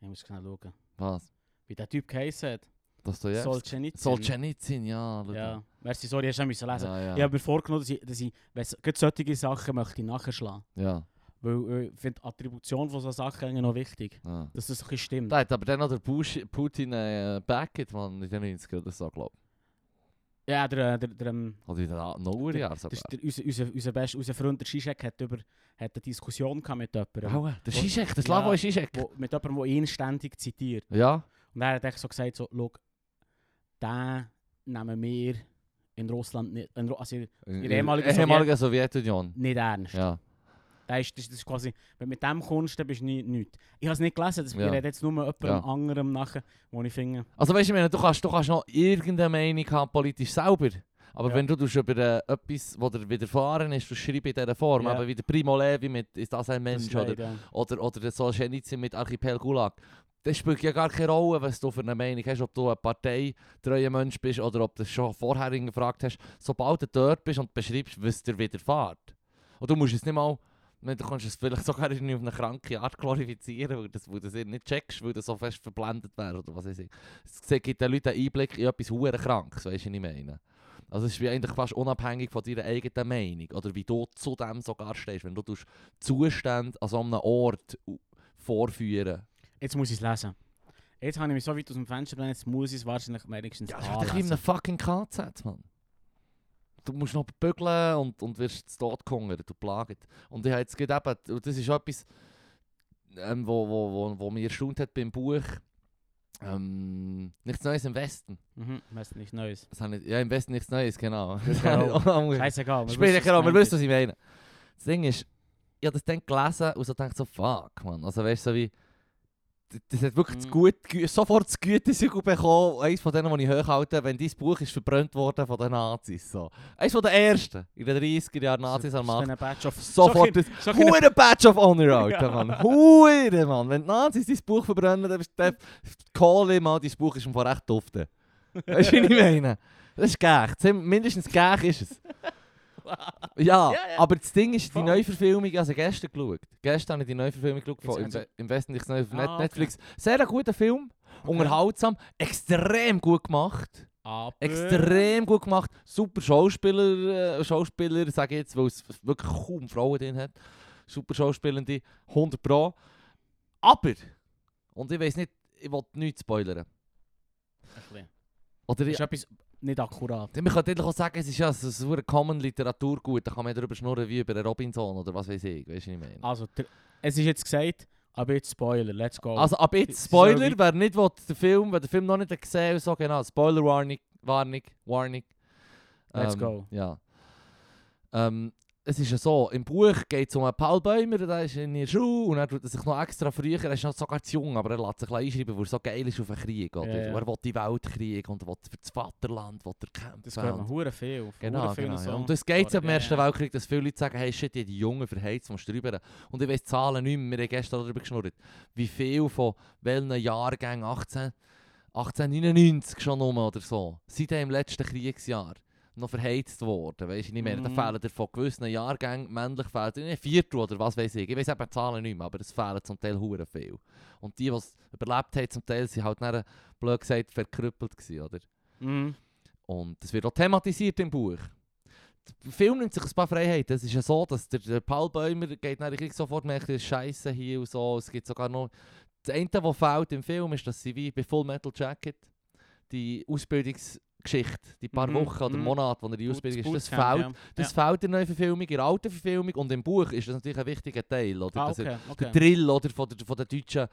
ich muss schnell schauen.
Was?
Wie der Typ geheißen hat.
Das du jetzt?
Solzhenitsyn.
Solzhenitsyn, ja. schau
Ja. Merci, sorry, hast du auch müssen
da.
lesen.
Ja, ja.
Ich habe mir vorgenommen, dass ich, dass ich weiss, gerade solche Sachen möchte ich nachschlagen.
ja,
Weil äh, ich finde die Attribution von solchen Sachen eigentlich noch wichtig.
ja.
Dass das ein bisschen stimmt.
Da hat aber dann noch der Bush, Putin äh, Backett, man, in den 90 oder so, glaube
Ja, der, äh, der, der, ähm,
ich. Oder in den A- Nullerjahren
das
sogar.
ist der, unser, unser, unser, best, unser Freund der Zizek hat, über, hat eine Diskussion gehabt mit jemandem.
Aua, der Zizek, der Slavoj
Ja.
Zizek.
Wo, mit jemandem, der ihn ständig zitiert.
Ja,
Und er hat echt so gesagt, so, «Schau, den nehmen wir in Russland nicht, in, Ru- also
in
der ehemaligen
ehemaligen Sowjetunion.
nicht ernst.
Ja.
Der ist, das, das ist quasi, wenn du mit dem kommst, dann bist du nie, nichts. Ich habe es nicht gelesen, das,
Ja.
ich rede jetzt nur jemandem
Ja.
anderem nachher, wo ich finde,
Also weißt du, ich meine, du kannst, du kannst noch irgendeine Meinung haben, politisch selber. Aber
Ja.
wenn du tust über äh, etwas, was dir widerfahren ist, du schreibst in dieser Form,
Ja.
eben wie der Primo Levi mit «Ist das ein
das
Mensch?»
ist
oder
leider-
Oder, oder der Solzhenitsyn mit Archipel Gulag. Das spielt ja gar keine Rolle, was du für eine Meinung hast, ob du ein parteitreuer Mensch bist oder ob du schon vorher gefragt hast. Sobald du dort bist und beschreibst, was dir widerfährt. Und du musst es nicht mal, wenn du kannst es vielleicht sogar irgendwie auf eine kranke Art glorifizieren, weil das, weil das ihr nicht checkst, weil du so fest verblendet wärst oder was weiß ich. Es gibt den Leuten einen Einblick in etwas hure krankes, weißt du, was ich meine? Also es ist wie eigentlich fast unabhängig von deiner eigenen Meinung oder wie du zu dem sogar stehst, wenn du tust Zustände an so einem Ort u- vorführen.
Jetzt muss ich es lesen. Jetzt habe ich mich so weit aus dem Fenster gelehnt, jetzt muss ich es wahrscheinlich wenigstens
Ja, Ah, das ist doch in
anlesen.
einem fucking KZ, Mann. Du musst noch bügeln und, und wirst zu Tod gehungert und plagt. Und ich habe jetzt gerade eben, und das ist etwas, ähm, wo, wo, wo, wo mich erstaunt hat beim Buch, ähm, «Nichts Neues im Westen».
Mhm, weiss nicht, Neues.
Das habe ich, ja, im Westen nichts Neues, genau. Das
Ja,
habe ich auch angeschaut.
Scheißegal. wir
Spielt
wissen,
ja
was
keine Rolle, wir
gemeint
wissen, was ich meine. Das Ding ist, ich habe das dann gelesen und so gedacht, so fuck, man. Also weißt du, so wie. d- Das hat wirklich das
Mhm.
gut, Gü- sofort das Gütesiegel bekommen. Eines von denen, die ich hochhalte, wenn dein Buch ist verbrannt worden von den Nazis. So. Eines von den ersten in den 30er Jahren Nazis am
So
Markt.
ein Badge of...
Sofort das.
So ein- so ein-
Hure Badge of Honor, Alter,
Ja.
Mann. Hure, Mann. Wenn die Nazis dein Buch verbrennen, dann bist du Kohle, Mann, dein Buch ist schon recht duften. Weißt du, was ich meine? Das ist gäch. Zim- Mindestens gäch ist es. Ja,
Ja, ja.
aber das Ding ist, die
Voll.
Neuverfilmung, also gestern geschaut. Gestern habe ich die Neuverfilmung geschaut von
Jetzt
Im,
hast du-
Im Westen nichts Neues auf Net
Ah, okay.
Netflix. Sehr ein guter Film,
Okay.
unterhaltsam, extrem gut gemacht.
Aber-
Extrem gut gemacht. Super Schauspieler, äh, Schauspieler sage ich jetzt, weil es wirklich kaum Frauen drin hat. Super Schauspielende, 100 Pro. Aber, und ich weiß nicht, ich will nichts spoilern.
Ein bisschen.
Oder ich,
Ist etwas nicht akkurat.
man könnte eigentlich auch sagen, es ist ja so so ein common Literaturgut, da kann man darüber schnurren wie über einen Robinson oder was weiß ich, weißt du, was ich meine.
Also, der- es ist jetzt gesagt, aber jetzt Spoiler, let's go.
Also ab jetzt
Sie- sie
Spoiler,
sollen-
wer nicht will, den Film, wer den Film noch nicht hat gesehen hat, so genau, nou, Spoiler Warnung, Warnung, Warnung.
Let's
Ähm,
go.
Ja. Ähm, es ist ja so, im Buch geht es um einen Paul Bäumer, der ist in der Schule und er tut er sich noch extra früher, er ist noch sogar zu jung, aber er lässt sich einschreiben, weil er so geil ist auf den Krieg. Oder?
Ja, ja.
Und Er will die Weltkrieg und er will für das Vaterland will er kämpfen.
das hört man
und-
hure viel.
Genau,
hure viel
genau.
so.
Ja. Und das geht ja im
Ja,
Ersten
ja.
Weltkrieg, dass viele Leute sagen, hey shit, die Jungen verheizt vom Strüberen. Und ich weiss die Zahlen nicht mehr, wir haben gestern darüber geschnurrt, wie viel von welchen Jahrgängen 18, 1899 schon rum oder so, seit dem letzten Kriegsjahr noch verheizt worden, weisst du, nicht mehr. Da
Mhm.
fehlen dir von gewissen Jahrgängen, männlich fehlen dir ein Viertel oder was weiß ich. Ich weiss eben die Zahlen nicht mehr, aber es fehlen zum Teil hure viel. Und die, die es überlebt haben, zum Teil, sind halt dann, blöd gesagt, verkrüppelt gewesen, oder?
Mhm.
Und das wird auch thematisiert im Buch. Der Film nimmt sich ein paar Freiheiten. Es ist ja so, dass der, der Paul Bäumer geht dann richtig sofort merkt, das ist scheiße hier und so. Es gibt sogar noch... Das eine, was fehlt im Film, ist, dass sie wie bei Full Metal Jacket die Ausbildungsgeschichte, die paar
Mhm,
Wochen oder
mhm.
Monate, wo er die
Gut-
Ausbildung ist,
gut
das
kennt,
fehlt.
ja.
Das fehlt in der neuen Verfilmung, in der alten Verfilmung und im Buch ist das natürlich ein wichtiger Teil. Oder?
Ah,
Dass er-
okay,
der
okay.
Drill oder von der, von der deutschen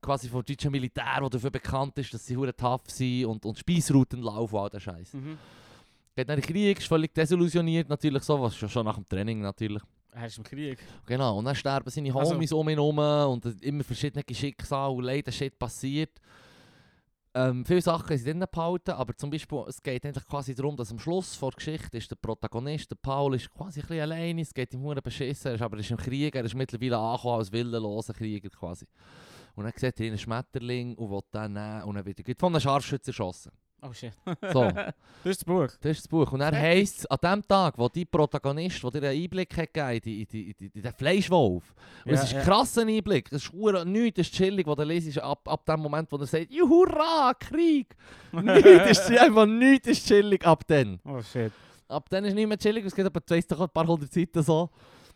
quasi vom deutschen Militär, der dafür bekannt ist, dass sie hure tough sind und, und Speisrouten laufen und all der Scheiß.
Mhm.
Geht nach dem Krieg, ist völlig desillusioniert natürlich so, was schon, schon nach dem Training natürlich.
Hast du im Krieg?
Genau, und dann sterben seine
Also-
Homies um ihn herum und es- immer verschiedene Schicksale und Leiden Shit passiert. Ähm, viele Sachen sind drin behalten, aber zum Beispiel, es geht eigentlich quasi darum, dass am Schluss vor der Geschichte ist der Protagonist, der Paul, ist quasi ein bisschen alleine, es geht ihm hure beschissen, er ist, aber er ist im Krieg, er ist mittlerweile angekommen als willenloser Krieger quasi. Und dann sieht er einen Schmetterling und will den nehmen und dann wird er gleich von einem Scharfschützen erschossen.
Oh shit.
So.
Das ist das Buch.
Das ist das Buch. Und er
Fertig.
heisst, es, an dem Tag, wo die Protagonist, wo dir einen Einblick hat gegeben hat, in, in, in, in den Fleischwolf. Und es
Ja,
ist
ja.
ein krasser Einblick. Es ist hure- nichts, es ist chillig, wo du lesest, ab, ab dem Moment, wo er sagt, Juhurra, Krieg! nichts ist einfach nichts ist chillig ab dann.
Oh shit.
Ab dann ist nicht mehr chillig, es geht aber weißt doch ein paar hundert Seiten so.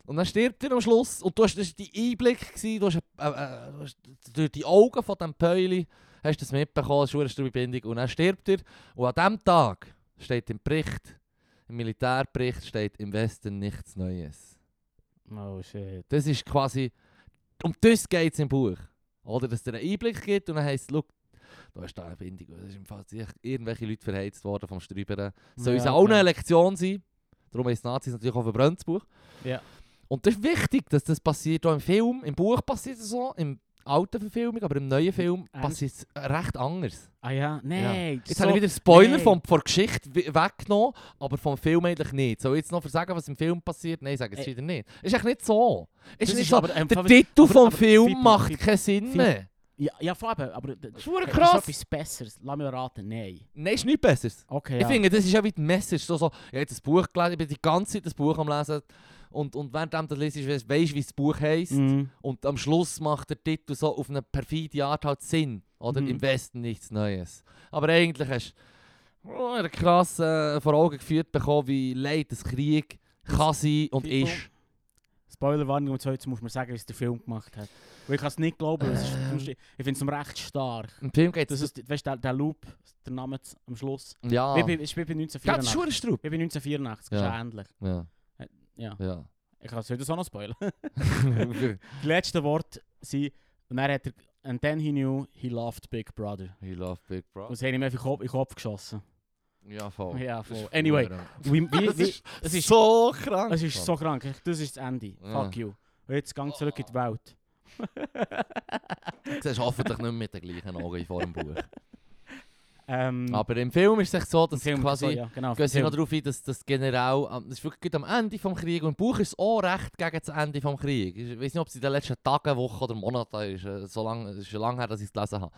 Und dann stirbt er am Schluss und du hast, das war dein Einblick, gewesen, du hast, äh, äh, du hast durch die Augen von diesem Päuli hast du das mitbekommen, es ist eine Bindung und dann stirbt er. Und an diesem Tag steht im Bericht, im Militärbericht steht im Westen nichts Neues.
Oh shit.
Das ist quasi, um das geht es im Buch. Oder dass dir einen Einblick gibt und dann heisst es, «Schau, da ist da eine Bindung, das ist im Fall sicher irgendwelche Leute verheizt worden vom Strüberen. Soll uns auch eine Lektion sein. Darum ist Nazis natürlich auch verbrannt, das Buch.
Ja.
Und das ist wichtig, dass das passiert auch im Film. Im Buch passiert es so, im alten Verfilmung, aber im
Äh?
neuen Film
Ernst?
passiert es recht anders.
Ah ja, nee.
Jetzt
so-
habe ich wieder Spoiler
nee.
vom, von der Geschichte we- weggenommen, aber vom Film eigentlich nicht. Soll ich jetzt noch versagen, was im Film passiert? Nein, sage es
Äh.
wieder nicht. Ist echt nicht so. Ist
Das
nicht
ist
so.
aber- ähm,
der
aber-
Titel
aber-
vom
aber-
Film
Fibu,
macht
Fibu,
keinen Sinn
Fibu.
mehr.
Ja, ja vor allem, aber d-
ist verdammt
d-
krass.
ist etwas Besseres. Lass mich raten, nein.
Nein, ist nichts Besseres.
Okay,
Ich finde, das ist ja wie die Message. So, so, ich habe das Buch gelesen, ich bin die ganze Zeit das Buch am Lesen. Und, und währenddem du das liest, weißt du, wie das Buch heisst.
Mhm.
Und am Schluss macht der Titel so auf eine perfide Art halt Sinn. Oder
Mhm.
im Westen nichts Neues. Aber eigentlich hast du oh, einen krassen äh, vor Augen geführt bekommen, wie leid das Krieg kann sein und
People.
ist.
Spoilerwarnung, und jetzt muss man sagen, was der Film gemacht hat. Weil ich kann es nicht glauben, weil es ist,
Ähm.
ich finde es recht stark.
Im Film geht
Das
es. Ah.
ist, weißt du, der, der Loop, der Name z- am Schluss.
Ja.
Ich bin, ich bin bei
Ja, das ist
1984.
schon ein Strupp.
Ich bin 1984, das
Ja.
ist ähnlich.
Ja.
Äh, Ja.
ja.
Ich kann es heute so noch spoilern. Die letzten Worte sind, und dann hat er, and then he knew he loved Big Brother.
I love Big
Und
Brother.
sie haben ihm einfach in den Kopf- in den Kopf geschossen.
Ja, voll.
Ja,
Das ist
voll. Anyway,
verdammt.
wie, wie,
Das
wie,
ist,
es ist-
so krank.
es ist so krank. Ich- Das ist das Ende.
Ja.
Fuck you. Und jetzt gang zurück in die Welt.
Du siehst hoffentlich nicht mehr mit den gleichen Augen vor dem Buch.
Ähm,
Aber im Film ist es echt so,
im
dass
Film-
quasi...
so, ja, genau,
Gehen Sie
Film.
noch darauf ein, dass das General, am- das ist wirklich gerade am Ende des Krieges, und im Buch ist es auch recht gegen das Ende des Krieges. Ich weiß nicht, ob es in den letzten Tagen, Wochen oder Monaten ist, äh, so lange, es ist schon lange her, dass ich es gelesen habe.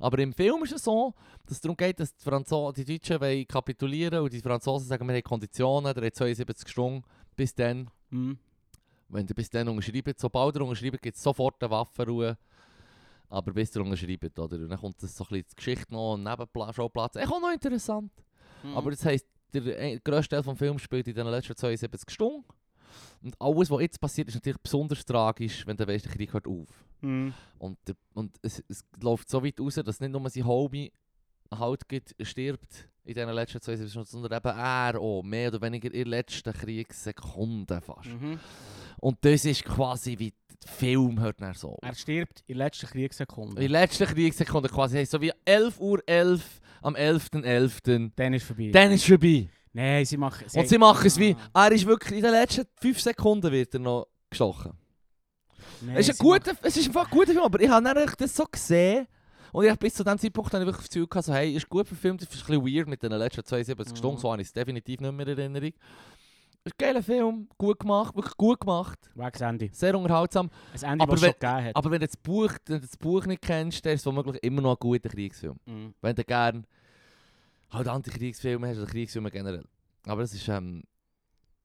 Aber im Film ist es so, dass es darum geht, dass die, Franzo die Deutschen wollen kapitulieren und die Franzosen sagen, wir haben Konditionen, der hat 72 Stunden, bis dann,
Mhm.
wenn ihr bis dann unterschreibt, sobald ihr unterschreibt, gibt es sofort eine Waffenruhe. Aber bis ihr unterschreibt, oder? Und dann kommt das so ein bisschen die Geschichte noch, neben Showplatz, echt auch noch interessant.
Mhm.
Aber das heisst, der äh, grösste Teil des Films spielt in den letzten 72 Stunden. Und alles, was jetzt passiert, ist natürlich besonders tragisch, wenn du weißt, der Krieg hört auf.
Mhm.
Und, der, und es, es läuft so weit raus, dass nicht nur sein Hobby halt gibt, stirbt in den letzten 72 Stunden, sondern eben er auch, mehr oder weniger in den letzten Kriegssekunden fast.
Mhm.
Und das ist quasi wie der Film hört dann so.
Er stirbt in der letzten
In den
Kriegssekunde.
letzten Kriegssekunnden quasi, heisst so wie 11.11 Uhr am 11.11.
Dann ist vorbei.
Dann ist es vorbei.
Nein, sie machen.
Und sie machen es
Ah.
wie, er ist wirklich, in den letzten 5 Sekunden wird er noch gestochen.
Nein,
es, ist
sie
ein guter, es ist einfach ein guter Film, aber ich habe dann eigentlich das so gesehen und ich hab bis zu dem Zeitpunkt habe ich wirklich das Gefühl gehabt, so, hey, ist gut verfilmt, ist ein bisschen weird mit den letzten 72
Mhm.
Stunden, so habe ich es definitiv nicht mehr in Erinnerung. Ist ein geiler Film, gut gemacht, wirklich gut gemacht,
Machen. Wegs Ende.
sehr unterhaltsam.
Ein Ende,
Aber
das es schon gegeben hat.
Aber wenn du das Buch, wenn du das Buch nicht kennst, dann ist es womöglich immer noch ein guter Kriegsfilm.
Mhm.
Wenn du gerne halt Antikriegsfilme hast oder Kriegsfilme generell. Aber es ist, ähm,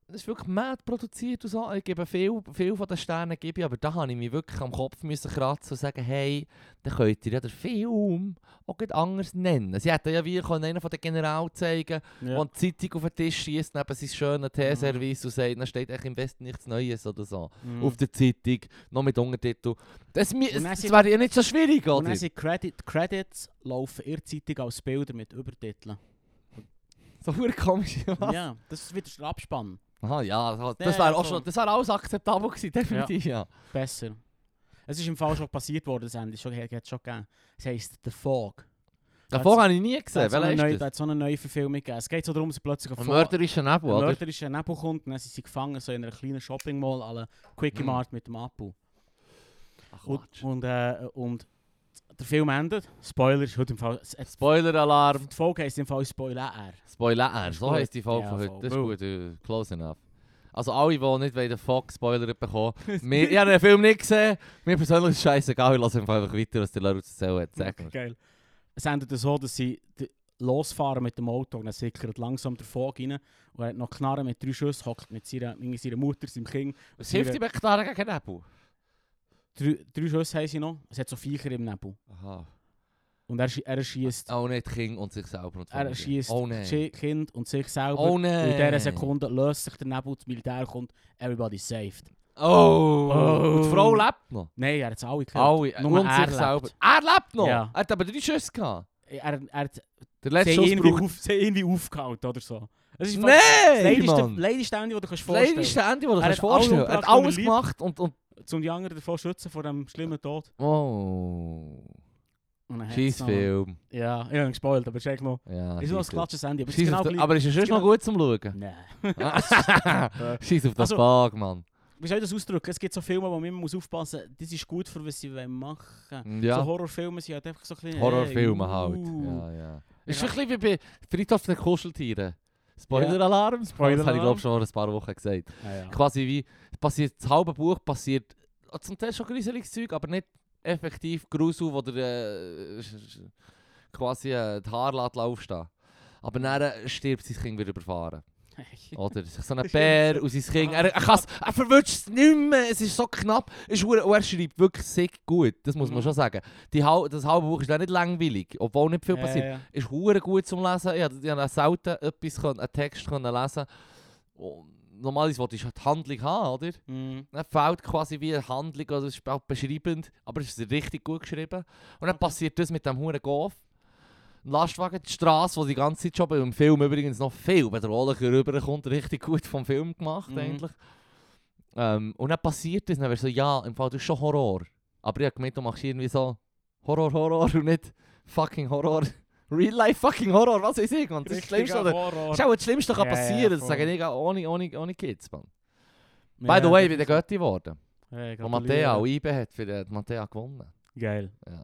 das ist wirklich mad produziert und so. Ich gebe viel, viel von den Sternen, gebe ich, aber da habe ich mich wirklich am Kopf müssen kratzen und sagen, hey, dann könnt ihr ja den Film auch gleich anders nennen. Sie hätten ja wie können einen von den General zeigen
Ja.
und die Zeitung auf den Tisch schießt, neben seinem schönen Teeservice und sagt, dann steht echt im Westen nichts Neues oder so.
Mhm.
Auf der Zeitung, noch mit Untertitel. Das, mi-
Und dann
das
sind-
wäre ja nicht so schwierig,
Und
oder?
dann sind Credit, Credits laufen irrzeitig als Bilder mit Übertiteln.
So verdammt komisch. was?
Ja, das ist wieder der Abspann.
Aha, ja, das-
Ja,
das
ja,
wäre auch
voll.
schon, das wäre alles akzeptabel gewesen, definitiv, ja.
Besser. Es ist im Fall schon passiert worden, das Ende. Es schon- hat schon gegeben. Es heisst The Fog.
Davor habe ich nie
Da
gesehen,
hat so eine
welcher
neue-
ist das?
da hat so eine neue Verfilmung gegeben. Es geht so darum, dass plötzlich
Ein
Fog-
mörderischer Nebel,
ein
oder?
mörderischer Nebel kommt und dann sind sie gefangen so in einer kleinen Shopping Mall, à la Quickie
Mhm.
Mart mit dem Apple.
Ach,
Und,
Quatsch.
und, äh, und der Film endet. Spoiler ist heute im Fall. es- es-
Spoiler-Alarm.
Die Folge heisst im Fall Spoiler.
Spoiler, so
gut.
heisst die Folge
Ja,
von heute.
voll.
Das ist gut, äh, close enough. Also alle, die nicht wollen, den Fox Spoiler bekommen, mir, ich habe den Film nicht gesehen, mir persönlich ist es scheißegal, ich lasse einfach einfach weiter, was der Larus zu erzählen hat. Sag mir.
Geil. Es endet dann so, dass sie d- losfahren mit dem Auto und dann sickert langsam der Fog rein und er hat noch Knarren mit drei Schüssen, hockt mit seiner, mit seiner Mutter, seinem Kind.
Was hilft dir bei Knarren gegen Nebel?
Drei, drei Schüsse haben sie noch. Es hat so Viecher im Nebel.
Aha.
Und er, schi- er schießt
Auch nicht King und sich selber. Und
er
Familie.
schießt
Oh nein.
Schi- Kind und sich selber.
Oh
Und
nein.
in dieser Sekunde löst sich der Nebel, das Militär kommt, everybody saved.
Oh.
Oh.
Und die Frau lebt noch.
Nein, er hat sie alle gekillt.
Alle,
Nur
und
er
sich
lebt.
selber. Er lebt noch!
Ja.
Er hat aber drei Schüsse gehabt.
Er, er hat
Der
sie
letzte
haben
Schuss
irgendwie,
braucht...
auf, sie haben irgendwie aufgehalten oder so. Es ist fast- Das
Nein,
leideste-
Mann!
leideste Ende, das du kannst
Das
vorstellen
ist der Ende, den du
Er
kannst
hat alle
vorstellen Er hat
umgebracht,
alles
die er
gemacht und... und
um die anderen davon schützen vor dem schlimmen Tod.
oh...
Und dann hat's
Scheiss
noch-
Film.
Ja, ich habe gespoilt, aber check noch.
Ja,
ist nur ein
scheiss
klatsches Ende, aber
Film. Ah,
es ist
Scheiss
genau
auf
gleich.
den- Aber ist ja sonst noch gut zum Schauen.
Nein.
Scheiss auf das
Also-
Bug, Mann.
Wie soll ich das ausdrücken? Es gibt so Filme, wo man immer muss aufpassen muss. Das ist gut, für was sie wollen machen So
Ja,
Horrorfilme sind halt einfach so ein bisschen...
Horrorfilme
hey,
halt.
uh.
Ja, Äh, ja. Ist schon ein bisschen wie bei Friedhof der Kuscheltiere. Spoiler-Alarm? Das habe ich glaube
Spoiler-Alarm.
ich schon vor ein paar Wochen gesagt.
Ja, ja.
quasi wie passiert das halbe Buch passiert ah, zum Teil schon gruseliges Zeug, aber nicht effektiv Grusel, wo der äh, sch- sch- quasi äh, die Haare lässt aufstehen. Aber dann äh, stirbt sein Kind wieder überfahren. Oder sich so ein
Das
Bär
stimmt.
und sein Kind. Er, er, kann's- er verwünscht es nicht mehr. Es ist so knapp. Es ist, hure- und er schreibt wirklich sick gut. Das muss man
Mhm.
schon sagen. Die, hal- das halbe Buch ist auch nicht langweilig, obwohl nicht viel
Ja,
passiert.
ja.
ist hure gut zum Lesen. Ich habe ich habe selten etwas können, einen Text können lesen. Und normalerweise wollte ich die Handlung haben, oder?
Mhm.
Dann fehlt quasi wie eine Handlung, also es ist auch beschreibend, aber es ist richtig gut geschrieben. Und
Mhm.
dann passiert das mit dem huren Golf. Ein Lastwagen, die Straße, die die ganze Zeit schon im Film übrigens noch viel bedrohlicher rüberkommt, richtig gut vom Film gemacht
Mhm.
eigentlich. Ähm, und dann passiert das, dann wäre so, ja, im Fall, du bist schon Horror. Aber ich habe gemeint, du machst irgendwie so Horror, Horror und nicht fucking Horror. Real life fucking Horror, was weiß ich, man. Das ist das Schlimmste, oder? Das ist auch das Schlimmste, was
Ja, ja,
passieren kann. das
voll.
sage ich auch ohne, ohne, ohne Kids, man.
Ja,
By the way,
das
ich bin der
ist-
Götti geworden.
Hey,
Und
gratuliere.
Mattea, auch IBE hat für den Mattea gewonnen.
Geil.
Ja,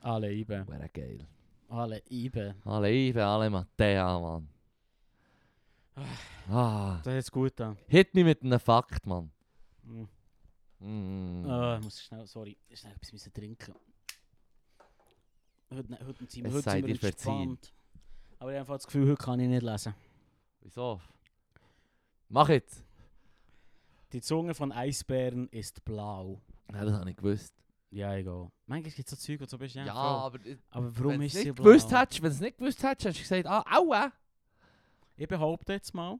Alle Ibe.
wäre geil.
Alle Ibe.
Alle IBE, alle Mattea, Mann. Ah,
Das ist gut da.
hit mich mit einem Fakt, Mann.
Mhm.
Mm.
Ah, ich muss schnell, sorry, ich schnell etwas müssen trinken. Heute, ne- heute sind wir,
Es
heute
sei
sind wir
dir verziehen.
entspannt. Aber ich habe einfach das Gefühl, heute kann ich nicht lesen.
Wieso? Mach jetzt.
Die Zunge von Eisbären ist blau.
Ja, das habe ich gewusst.
Ja, egal. Manchmal gibt es so Zeug, wo du so bist, ja,
Ja,
voll.
aber wenn
Aber
du
warum
es
ist sie
nicht
blau?
gewusst hättest, wenn du es nicht gewusst hättest, hättest du gesagt, ah, aua.
Ich behaupte jetzt mal,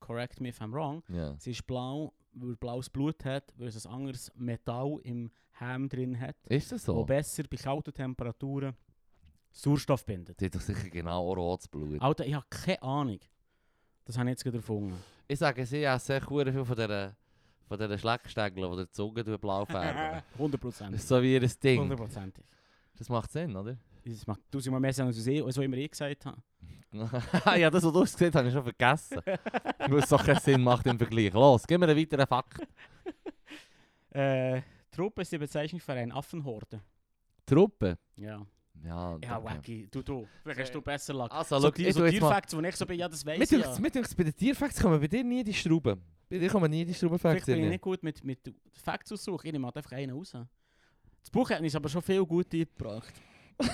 correct me if I'm wrong,
Ja.
sie ist blau, weil blaues Blut hat, weil es ein anderes Metall im Helm drin hat,
Ist das
wo
so?
besser bei kalten Temperaturen Sauerstoff bindet.
Die hat doch sicher genau auch rotes Blut.
Alter, ich habe keine Ahnung. Das habe ich jetzt gerade erfunden.
Ich sage, sie haben sehr verdammt viel von dieser, von dieser Schleckstängel, die der Zunge durch blau färben.
100%.
das ist so wie ihr Ding.
Hundertprozentig.
Das macht Sinn, oder?
Das macht tausendmal mehr Sinn, als ich als immer ich gesagt habe.
ja, das, was du hast gesagt hast, habe ich schon vergessen. Weil es so keinen Sinn macht im Vergleich. Los, gib mir einen weiteren Fakt.
Äh, Truppe ist die Bezeichnung für eine Affenhorde.
Truppe.
Ja.
Ja,
Ja,
okay.
wacky. Du, du. Vielleicht hast du besser lachen.
Also,
so
schau,
die,
ich
so
tu jetzt mal...
Tierfacts, wo ich so bin, ja, das
Mit
weiss ich ja.
den, mit den, bei den Tierfacts kommen bei dir nie die Schrauben. Bei dir kommen nie die Schraubenfacts
Vielleicht bin ich
rein.
nicht gut mit, mit Facts aussuchen. Ich nehme halt einfach einen raus. Das Buch hat uns aber schon viel gut eingebracht.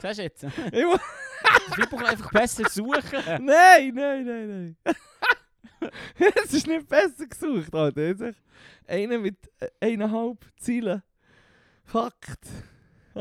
Siehst du jetzt? Das
Ich muss-
Buch einfach besser suchen.
Nein, nein, nein, nein. Es ist nicht besser gesucht, Alter. Jetzt echt Einer mit äh, eineinhalb Zielen. Fakt.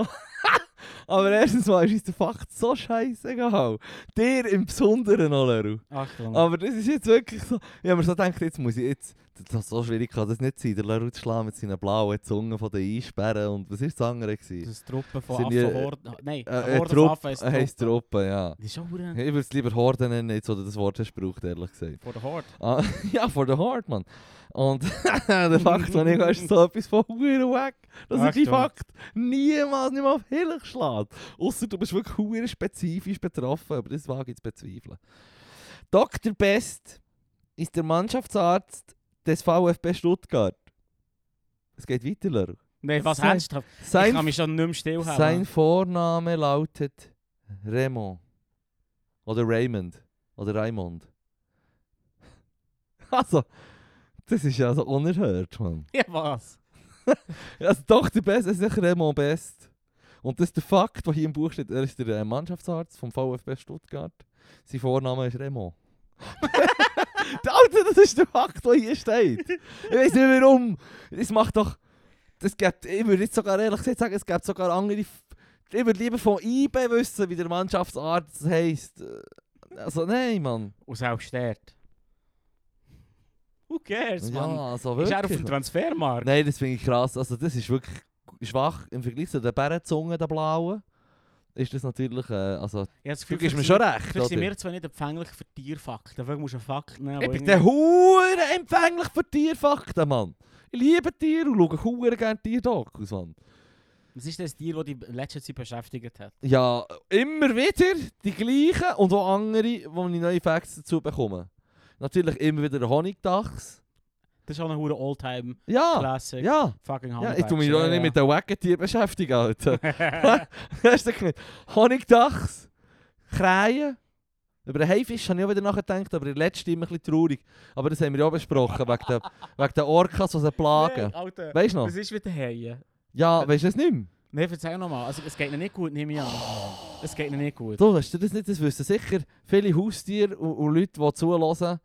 Aber erstens mal ist uns der Fakt so scheißegal. Dir im Besonderen noch, Leru.
Achtung.
Aber das ist jetzt wirklich so. Ich habe mir so gedacht, jetzt muss ich jetzt. Das, das, so schwierig kann das nicht sein. Der Leru zu schlagen mit seinen blauen Zungen von den Einsperren. Und was war das andere?
Das
Gewesen?
ist Truppe von
Sind die, äh,
Affenhorden. Nein,
Äh, äh,
Horde von
Truppe.
Affen ist
äh, heisst
Truppe.
Truppe, ja.
Das ist auch verdammt-
Ich würde es lieber Horden nennen, jetzt, wo du das Wort hast gebraucht, ehrlich gesagt.
Vor der Horde.
Ah, ja, vor der Hard, Mann. Und der Fakt, den ich habe, ist so etwas von Huren weg. Das ist die
Achtung.
Fakt. Niemals nicht mal auf Hillig schlägt. Außer du bist wirklich Huren spezifisch betroffen, aber das wage ich zu bezweifeln. Dr. Best ist der Mannschaftsarzt des VfB Stuttgart. Es geht weiter, Leru.
Nein, was
Sein-
hast du? Ich kann
Sein,
mich schon nicht mehr stillhalten.
sein Vorname lautet Raymond. Oder Raymond. Oder Raimond. Also, das ist ja so unerhört, Mann.
Ja, was?
Also doch, der Best ist sicher Raymond Best. Und das ist der Fakt, der hier im Buch steht. Er ist der äh, Mannschaftsarzt vom VfB Stuttgart. Sein Vorname ist Raymond. Alter, das ist der Fakt, der hier steht. Ich weiß nicht warum. Es macht doch. Das gibt, ich würde jetzt sogar ehrlich gesagt sagen, es gibt sogar andere. F- Ich würde lieber von IB wissen, wie der Mannschaftsarzt heisst. Äh, Also nein, Mann.
Und selbst dort. Who cares, Mann?
Ja, also
Ist
wirklich.
er auf dem Transfermarkt?
Nein, das finde ich krass. Also das ist wirklich schwach im Vergleich zu den Bärenzungen, der blauen. Ist das natürlich, äh, also
Ich habe das
du
Gefühl,
gibst mir
vielleicht
schon
sind
recht,
wir- Vielleicht sind
oder?
wir zwar nicht empfänglich für Tierfakten. Dafür musst du einen Fakt nehmen.
Ich
wo
bin
irgendwie-
der hure empfänglich für Tierfakten, Mann. Ich liebe Tiere und schaue hure gerne Tierdokus, Mann.
Was ist das Tier, das dich in letzter Zeit beschäftigt hat?
Ja, immer wieder die gleichen und auch andere, wo ich neue Facts dazu bekomme. Natürlich immer wieder der Honigdachs.
Das ist auch ein hoher Oldtime
Ja,
Classic.
Ah, ja.
Fucking
Ja,
Hummelbacks.
ich tue mich doch nicht mit den Wackentieren beschäftigen, Alter. Hast du gemeint? Honigdachs, Krähen. Über den Haifisch habe ich auch wieder nachgedacht, aber der letzte immer ein bisschen traurig. Aber das haben wir ja auch besprochen, wegen den, wegen den Orcas, die sie plagen.
Alter,
Weißt du noch?
was ist mit den Haien?
nou. Ja, weißt du das nicht mehr?
Nein, verzeih nochmal. Also, es geht ihnen nicht gut, nehme ich an. Es geht ihnen nicht gut.
Du, hast du das nicht? Das wissen sicher viele Haustiere und, und Leute, die zuhören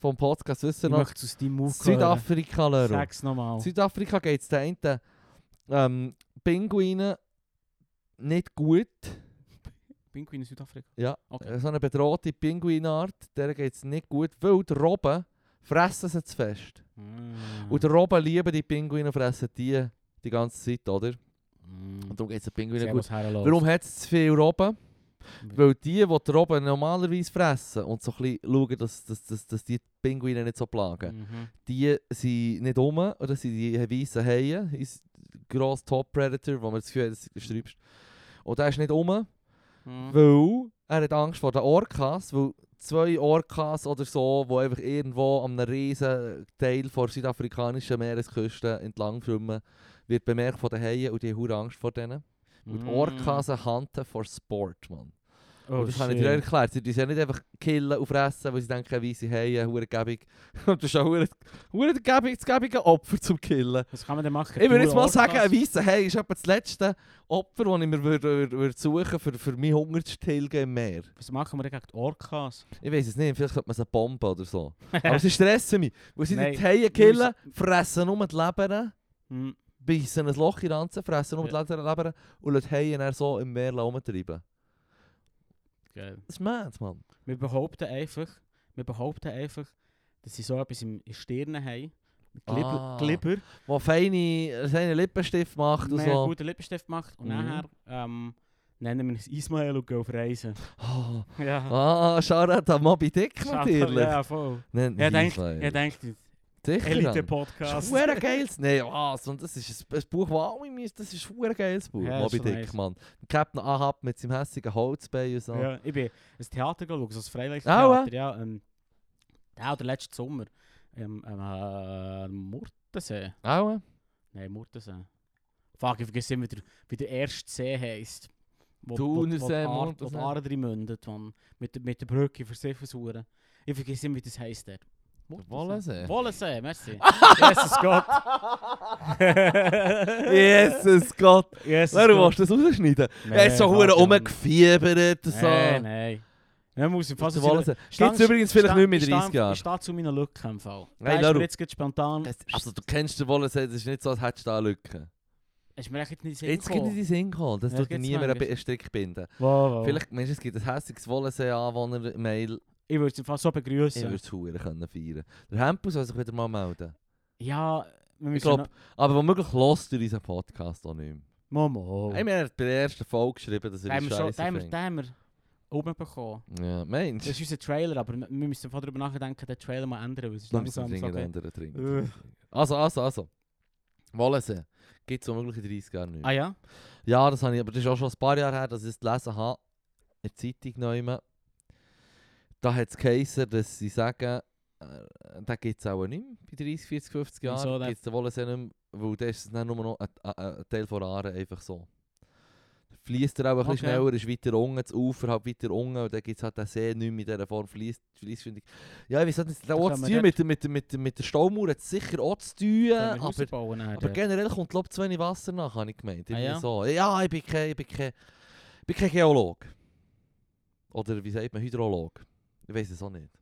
vom Podcast,
ich
wissen noch.
möchte aus deinem
eh,
Mund hören.
Südafrika, Lero.
Sag's nochmal.
Südafrika geht es den einen ähm, Pinguinen nicht gut.
Pinguin in Südafrika.
Ja,
Okay.
Äh, so eine bedrohte Pinguinart, der geht es nicht gut, weil die Robben fressen sie zu fest. Mm. Und die Robben lieben die Pinguine und fressen die die ganze Zeit, oder? Mhm.
Mm.
Und darum geht es den Pinguinen gut. Mhm. Warum hat es zu viele Robben? Weil die, die die Robben normalerweise fressen und so ein bisschen schauen, dass, dass, dass, dass die Pinguine nicht so plagen,
Mhm.
die sind nicht um, oder sind die weißen Haie, ist gross Top Predator, wo man das Gefühl hat, dass du stirbst. Und der ist nicht um,
Mhm.
weil er hat Angst vor den Orcas, weil zwei Orcas oder so, die einfach irgendwo an einem riesen Teil der südafrikanischen Meeresküste entlang schwimmen, wird bemerkt von den Haien und die haben hure Angst vor denen. Und die Orcas hunten for Sport, Mann.
Mhm. Oh,
Und das habe ich
shit.
dir erklärt. Sie tun sie ja nicht einfach killen und fressen, weil sie denken, wie sie haben, hure gäbig. Und das ist auch hure hure gäbig, das gäbige Opfer zum Killen.
Was kann man denn machen?
Ich würde jetzt
Coole
mal sagen,
Orcas?
ein weißer Hai ist etwa das letzte Opfer, das ich mir würd, würd, würd suchen für, für meinen Hunger zu tilgen im Meer.
Was machen wir denn gegen die Orcas?
Ich weiß es nicht, vielleicht könnte man sie bomben oder so. Aber sie stressen mich. Weil sie
Nein,
die Haie killen, fressen nur die Leber,
Hm.
beißen ein Loch in die Ranzen, fressen nur die
Ja.
Leber und lassen die Haie dann so im Meer rumtreiben. Das ist mad, Mann.
Wir behaupten einfach, wir behaupten einfach, dass sie so etwas im in der Stirn haben. Glibber.
Ah.
Glibber.
Die feine, feine Lippenstift macht und
Wir
so.
haben einen guten Lippenstift gemacht und
Mhm.
nachher ähm, nennen wir uns Ismael und gehen auf Reisen.
Oh,
Ja.
ah, Shoutout an Moby Dick natürlich.
Ja, voll.
Nein,
Er denkt,
Ismail.
er denkt,
Sicher. Das ist
Elite-Podcast.
verdammt geiles. Nein, was? Und das ist ein, ein Buch, das alle müssen. Das ist ein verdammt geiles Buch.
Ja,
Moby
ist schon
Dick,
nice.
Mann. Captain Ahab mit seinem hässigen Holzbein und so.
Ja, ich bin ein Theater geschaut, so ein
Ah,
Freiwilligentheater. ja, ähm, der oder letzten Sommer. Im ähm, äh, Murtensee.
Auch?
Nein, Murtensee. Fuck, ich vergesse immer, wie der, wie der erste See heisst. Wo, wo, wo, die
Thunersee,
Ar- wo
Murtensee.
die Aare drin mündet, Mann. Mit, der- mit der Brücke für Siffersuren. Ich vergesse immer, wie das heisst dort.
Wollensee.
Wollensee, merci. Jesus Gott.
Jesus Gott.
Jesus
Warum willst du das rausschneiden? er ist so verdammt rumgefiebert und so.
Nein, nein. Er muss im
Was
Fass
ist Wollensee? Gibt es übrigens vielleicht nicht mehr in 30
Ich
Jahren.
stehe zu meiner Lücke im Fall.
Nein,
Nein, ist
Laru.
mir jetzt gerade spontan.
Es- Also du kennst den Wollensee, das ist nicht so, als hättest du da Lücken.
Ist mir echt jetzt nicht
Jetzt geht es in
sicher.
den Sinn gekommen. Das
Ja,
tut
das
dir
gibt's
niemand
manchmal.
einen Strick binden.
Oh. Wow, wow.
Vielleicht, meinst du, es gibt ein hässiges Wollensee-Anwohner-Mail.
Ich würde es im Fall so
Ich würde
begrüßen.
es verdammt können feiern Der Hempel soll sich wieder mal melden.
Ja, wir müssen.
glaub-
noch-
Aber womöglich hört er unseren Podcast auch nicht mehr.
Momo.
Ich meine, er hat bei der ersten Folge geschrieben, dass
Da
er
haben
es
wir schon
scheiße
da haben wir-
findet.
da haben wir oben bekommen.
Ja,
Das ist
Mensch.
unser Trailer, aber wir wir müssen darüber nachdenken, den Trailer dus mal ändern, weil es ist
Da müssen
langsam
wir
so.
dringend
ein-
ändern. dringend.
Ugh.
Also, also, also. Wollensee. Gibt es womöglich in 30 Jahren nicht
Ah
mehr.
ja?
Ja, das habe ich, aber das ist auch schon ein paar Jahre her, dass ich es gelesen habe. In der Zeitung noch immer. Da hat es geheißen, dass sie sagen, äh, da gibt es auch nicht mehr bei 30, 40, 50 Jahren.
Wieso denn?
gibt es den Wollensee nicht mehr, weil das ist es dann nur noch ein, ein, ein Teil von Aare einfach so. Fließt er auch ein bisschen
Okay.
schneller, ist weiter unten, das Ufer halt weiter unten und dann gibt es halt den See nicht mehr in dieser Form fließt, fließfindig. Ja, ich weiss nicht, das hat auch
können
zu
wir
tun
dort-
mit, der- mit, der- mit, der- mit der Staumauer, hat es sicher auch zu tun,
Können wir
aber...
Häuser bauen nachher
Aber
dort?
generell kommt glaub, zu wenig Wasser nach, habe ich gemeint.
Ah,
Irgendwie
ja?
So. ja, eh, ich bin kein, ich bin kein, ich bin kein Geologe. Oder wie sagt man, Hydrologe. Ich weiß es auch nicht.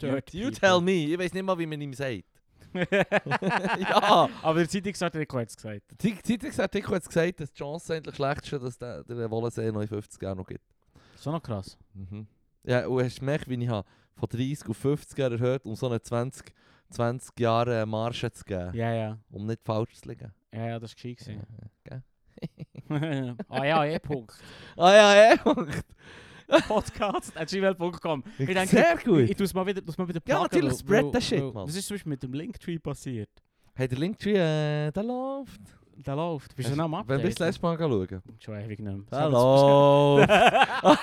Dirt
you
people.
tell me, ich weiß nicht mal, wie man ihm sagt. Ja.
Aber der Zeitungsartikel hat es gesagt.
Der Zeitungsartikel hat gesagt, dass die Chance eigentlich schlecht ist, dass der, der Wollensee noch in 50 Jahren noch gibt.
So noch krass.
Mhm. Ja, und hast du gemerkt, wie ich habe von 30 auf 50 Jahre erhöht, um so eine 20, 20 Jahre eh, Marge zu geben,
Ja, ja.
um nicht falsch zu liegen.
Ja, ja, das war gescheit. gewesen.
Ja,
ah ja, e-Punkt.
Ah ja, ja.
Podcast at gmail.com. Ich denke,
Sehr gut.
ich, ich tu's mal wieder, tu's mal wieder
Ja,
pluggen,
natürlich,
weil-
spread
weil-
that shit,
weil-
Mann.
Was ist sonst mit dem Linktree passiert?
Hey, der Linktree, äh, der läuft.
Der läuft. Bist du
Hast-
noch am Update?
Wenn bist du das letzte Mal schauen?
Schon ewig nicht mehr.
Der
So,
läuft.
das-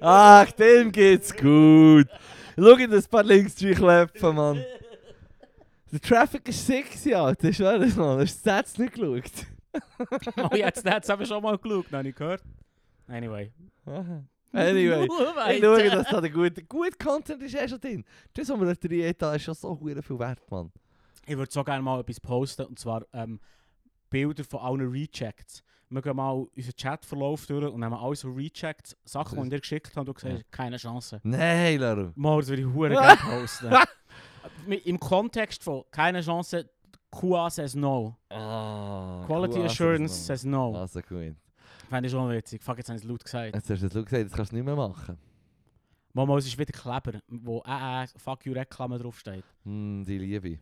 Ach, dem geht's gut. Schau dir das paar Linkstree klappen, Mann. Der Traffic ist sexy, Alter. Das ist alles, Mann. Hast du das nicht geschaut?
oh, jetzt hat's aber schon mal geschaut, noch nicht gehört. Nou, Anyway.
anyway.
Nur
Ich
weiter.
schaue, dass da der gute, gute Content ist eh schon drin. Das, was wir drin haben, ist schon so verdammt viel wert, Mann.
Ich würde so gerne mal etwas posten, und zwar ähm, Bilder von allen Rejects. Wir gehen mal unseren Chatverlauf durch und nehmen alle so Rejects, Sachen, die ich dir geschickt habe, und du sagst, keine Chance.
Nein, Laru.
Morgen würde ich Huren gerne posten. Mit- Im Kontext von keine Chance, QA says no.
Ah,
Quality
cool,
Assurance
Also,
says no.
also gut.
Fände ich schon witzig. Fuck, jetzt habe ich es laut gesagt.
Jetzt hast du es laut gesagt, das kannst du nicht mehr machen.
Mama, es ist wieder Kleber, wo äh, äh, fuck you Reklame draufsteht.
Hm, die Liebe.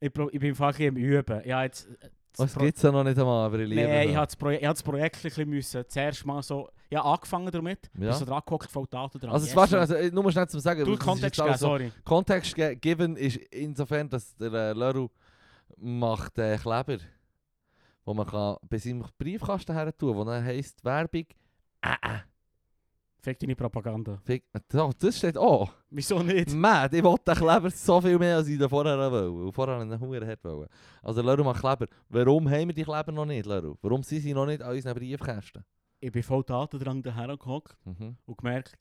Ich, prob- ich bin fucking im Üben. Ja, jetzt... äh, das
Was
Pro-
gibt es ja noch nicht einmal, aber ich liebe
Nein,
sie.
ich hatte das, Proje ich hab das Projekt ein bisschen müssen. Zuerst mal so... Ich habe angefangen damit,
Ja.
bin so dran gehockt, voll Daten dran.
Also, es
Yes,
war schon,
Mann.
also, äh, nur schnell zum Sagen.
Du,
weil das ist jetzt
Kontext geben,
alles so-
sorry.
Kontext ge geben ist insofern, dass der äh, Leru macht äh, Kleber, wo man kann bei seinem Briefkasten her tun, wo dann heisst Werbung.
Fick deine Propaganda.
Fick, oh, das steht auch.
Wieso nicht?
Mad, ich wollte den Kleber so viel mehr, als ich den vorher wollte. Und vorher wollte ich ihn verdammt hart wollen. Also Leru macht Kleber. Warum haben wir die Kleber noch nicht, Leru? Warum sind sie noch nicht an unseren Briefkästen?
Ich bin voll Daten dran daher gehockt
Mhm.
und gemerkt,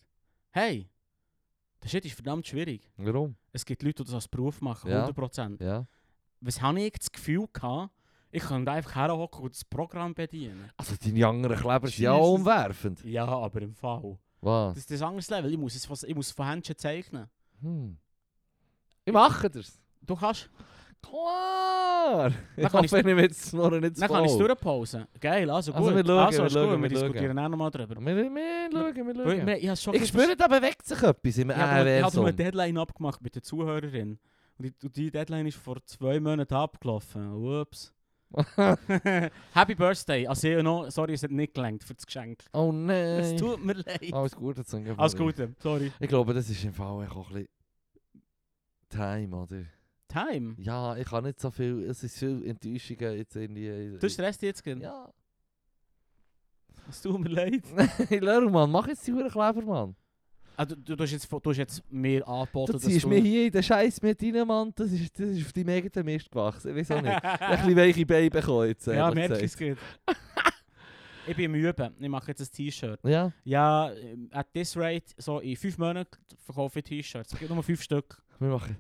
hey, das Shit ist verdammt schwierig.
Warum?
Es gibt Leute, die das als Beruf machen,
Ja.
100%.
Ja.
was habe ich das Gefühl gehabt, ich könnte einfach herhocken und das Programm bedienen.
Also deine anderen Kleber sind ja
Jesus.
umwerfend.
Ja, aber im Fall.
Was?
Das ist ein anderes Level. Ich muss, es, von- ich muss von Händchen zeichnen.
Hm. Ich mache das.
Du kannst,
Klar! Ich
kann
hoffe,
ich's-
ich nehme jetzt noch nicht zu
dann kann ich es
voll.
durchpausen. Geil, also gut.
Also wir schauen,
also,
wir
ist
schauen,
gut, wir
wir schauen.
diskutieren auch nochmal drüber.
Wir, wir, wir schauen, wir
Weil
schauen.
wir- Ich habe schon
Ich spüre, da bewegt sich etwas im
ich habe ich habe
Universum.
eine Deadline abgemacht mit der Zuhörerin. Und die, und die Deadline ist vor zwei Monaten abgelaufen. Ups. Happy Birthday. Also, ich noch, sorry, es hat nicht gelangt für das Geschenk.
Oh
Es
nein.
tut mir leid.
Alles Gute zu sagen.
Alles Gute, sorry.
Ich glaube, das ist im Fall echt auch ein bisschen Time, oder?
Time.
Ja, ich kann nicht so viel. Es ist viel Enttäuschungen jetzt irgendwie.
Du stresst dich jetzt gern.
Ja.
Es tut mir leid.
Hey, Leru, Mann, mach jetzt die Hure Kleber, Mann.
Ah, du, du, du, hast jetzt, vo- du hast jetzt mir angeboten,
Du ziehst mir hier in den Scheiß mit rein, Mann. Das ist, das ist auf deinem eigenen Mist gewachsen. Ich weiß auch nicht. Ich habe ein bisschen weiche Beine bekommen jetzt.
ja,
ehrlich
merkst du
gesagt.
es gut. ich bin müde. Ich mache jetzt ein T-Shirt.
Ja.
Ja, ähm, at this rate, so in fünf Monaten verkaufe ich T-Shirts. Es gibt nur fünf Stück.
Wir machen.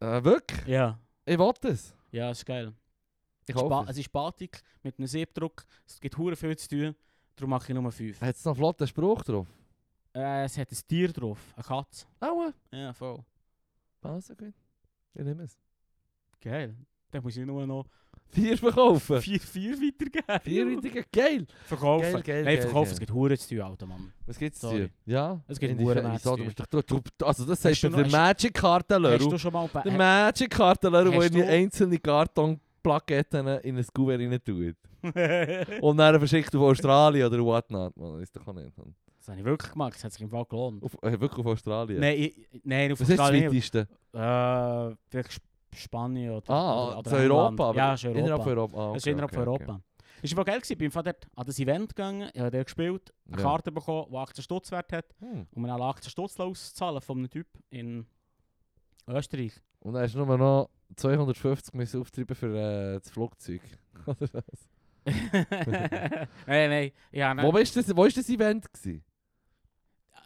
Äh, wirklich?
Ja.
Ich wollte es.
Ja, ist geil.
Ich
Spa
hoffe
es
es.
ist Batik mit einem Siebdruck. Es gibt hure viel zu tun. Darum mache ich nur fünf.
Hat es noch einen flotten Spruch drauf?
Äh, es hat ein Tier drauf. Eine Katze.
Aua.
Ja, voll.
Also gut. Ich nehme es.
Geil. Dann muss ich nur noch
Vier verkaufen.
vier, vier weitergeben.
Vier richtige geil.
Verkaufen.
Geil, geil,
Nein,
geil,
verkaufen.
geil.
Es gibt hure zu tun, alter Mann.
Was gibt's
Sorry.
dir? Ja?
Es gibt
In
einen
die-
Hurenmatch
Wieso? Du
zu tun.
bist doch du, du, Also das heißt
du
doch
noch-
der
hast-
Magic Karten
Hast
Leru.
du schon mal... bei-
Der
hä-
Magic Karten Leru, wo
hast
in die
du-
einzelne Kartonplaketten eh, in ein Kuvert rein tut. Und dann verschickt auf Australien oder whatnot. Man, ist doch auch nicht. Mann.
Das habe ich wirklich gemacht, das hat sich im Fall gelohnt.
Auf, äh, wirklich auf Australien.
Nein, ich, nein, auf
Was ist das
Australien nicht.
weiteste?
Äh, vielleicht Sp Spanien oder,
Ah, zu
oder, oder England.
Europa. aber
Ja, ist Europa.
Innerhalb von Europa. Ah,
Das ist
okay,
innerhalb
okay,
von
okay.
Europa. Es war voll geil, gewesen. ich bin von dort an das dus Event gegangen, ich habe dort gespielt, eine
Ja.
Karte bekommen, die 18 Stutz wert hat
Hm.
und mir alle 18 Stutz auszahlen von einem Typ in Österreich.
Und dann hast du nur noch 250 müssen auftreiben für äh, das Flugzeug. Oder was?
nein, nein, ja,
wo,
nein.
bist das, wo ist das Event? Gewesen?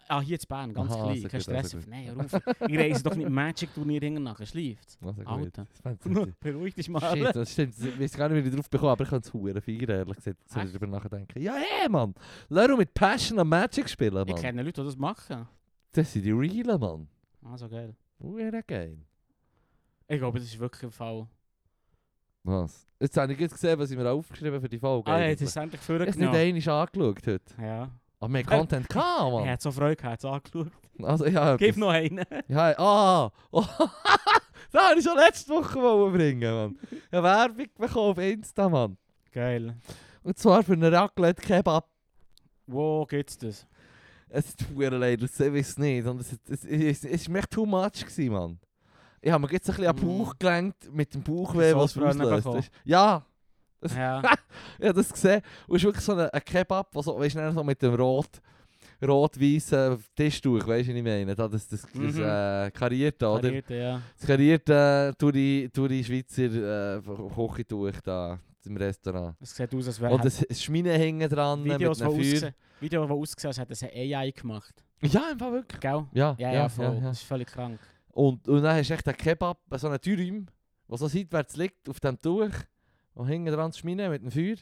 Ah, hier in Bern, ganz
Aha,
klein,
sehr
kein
gut, sehr
Stress.
gut.
Nein, ruf. Ich reise doch nicht Magic-Turnier nachher, schleift.
Also gut.
Alter.
Das fände ich witzig.
Beruhig dich mal.
Shit, das stimmt. Ich weiß gar nicht, wie ich drauf bekomme, aber ich kann es huren feiern, ehrlich gesagt. Jetzt soll ich
Echt?
darüber nachdenken. Ja, hey, Mann! Lass uns mit Passion am Magic spielen,
Ich
Mann.
kenne Leute, die das machen.
Das sind die Realen, Mann.
Ah, so geil.
Huren geil.
Ich glaube, das ist wirklich ein Fall.
Was? Jetzt habe ich jetzt gesehen, was ich mir aufgeschrieben für die Folge.
ah,
eigentlich.
jetzt ist es endlich
ich habe es nicht
vorgenommen.
einmal angeschaut heute.
Ja.
Aber
Äh,
mehr Content kann,
Er
Mann.
hat so Freude gehabt, hat es angeschaut.
Also, ja,
Gib noch einen.
Ja, ah! Oh, das wollte ich schon letzte Woche wollen bringen, Mann. Eine Werbung bekommen auf Insta, Mann.
Geil.
Und zwar für einen Raclette-Kebab.
Wo geht's das?
Es tut mir leid, ich weiß es nicht. Und es, es, es, es, es war mir echt too much, gewesen, Mann. Ich habe mir jetzt ein bisschen an den
Mm.
Bauch gelenkt mit dem Bauchweh, was es
Sauce brennen
auslöst.
bekommen.
Das ist- Ja,
Ja.
ich habe das gesehen. Und es ist wirklich eh, so ein, ein Kebab, der so, weißt du, so mit dem rot rot weißen Tischtuch, weißt du, was ich meine? Da Das, das, das,
Mhm.
äh, karierte, oder?
Karierte, ja.
Das karierte durch eh, die, durch die Schweizer äh, Küchentuch da im Restaurant.
Es sieht aus, als wäre
Und das Schmine hängen dran mit einem
Videos, die
Feuer.
ausgesehen, Videos, die ausgesehen als hätte es ein AI gemacht.
Ja, einfach wirklich.
Gell?
Ja,
Ja, ja, voll.
ja.
Das ist völlig krank.
Und, und dann hast du echt einen Kebab, so einen Türräum, der so seitwärts liegt auf dem Tuch, und hinten dran zu schminen mit dem Feuer.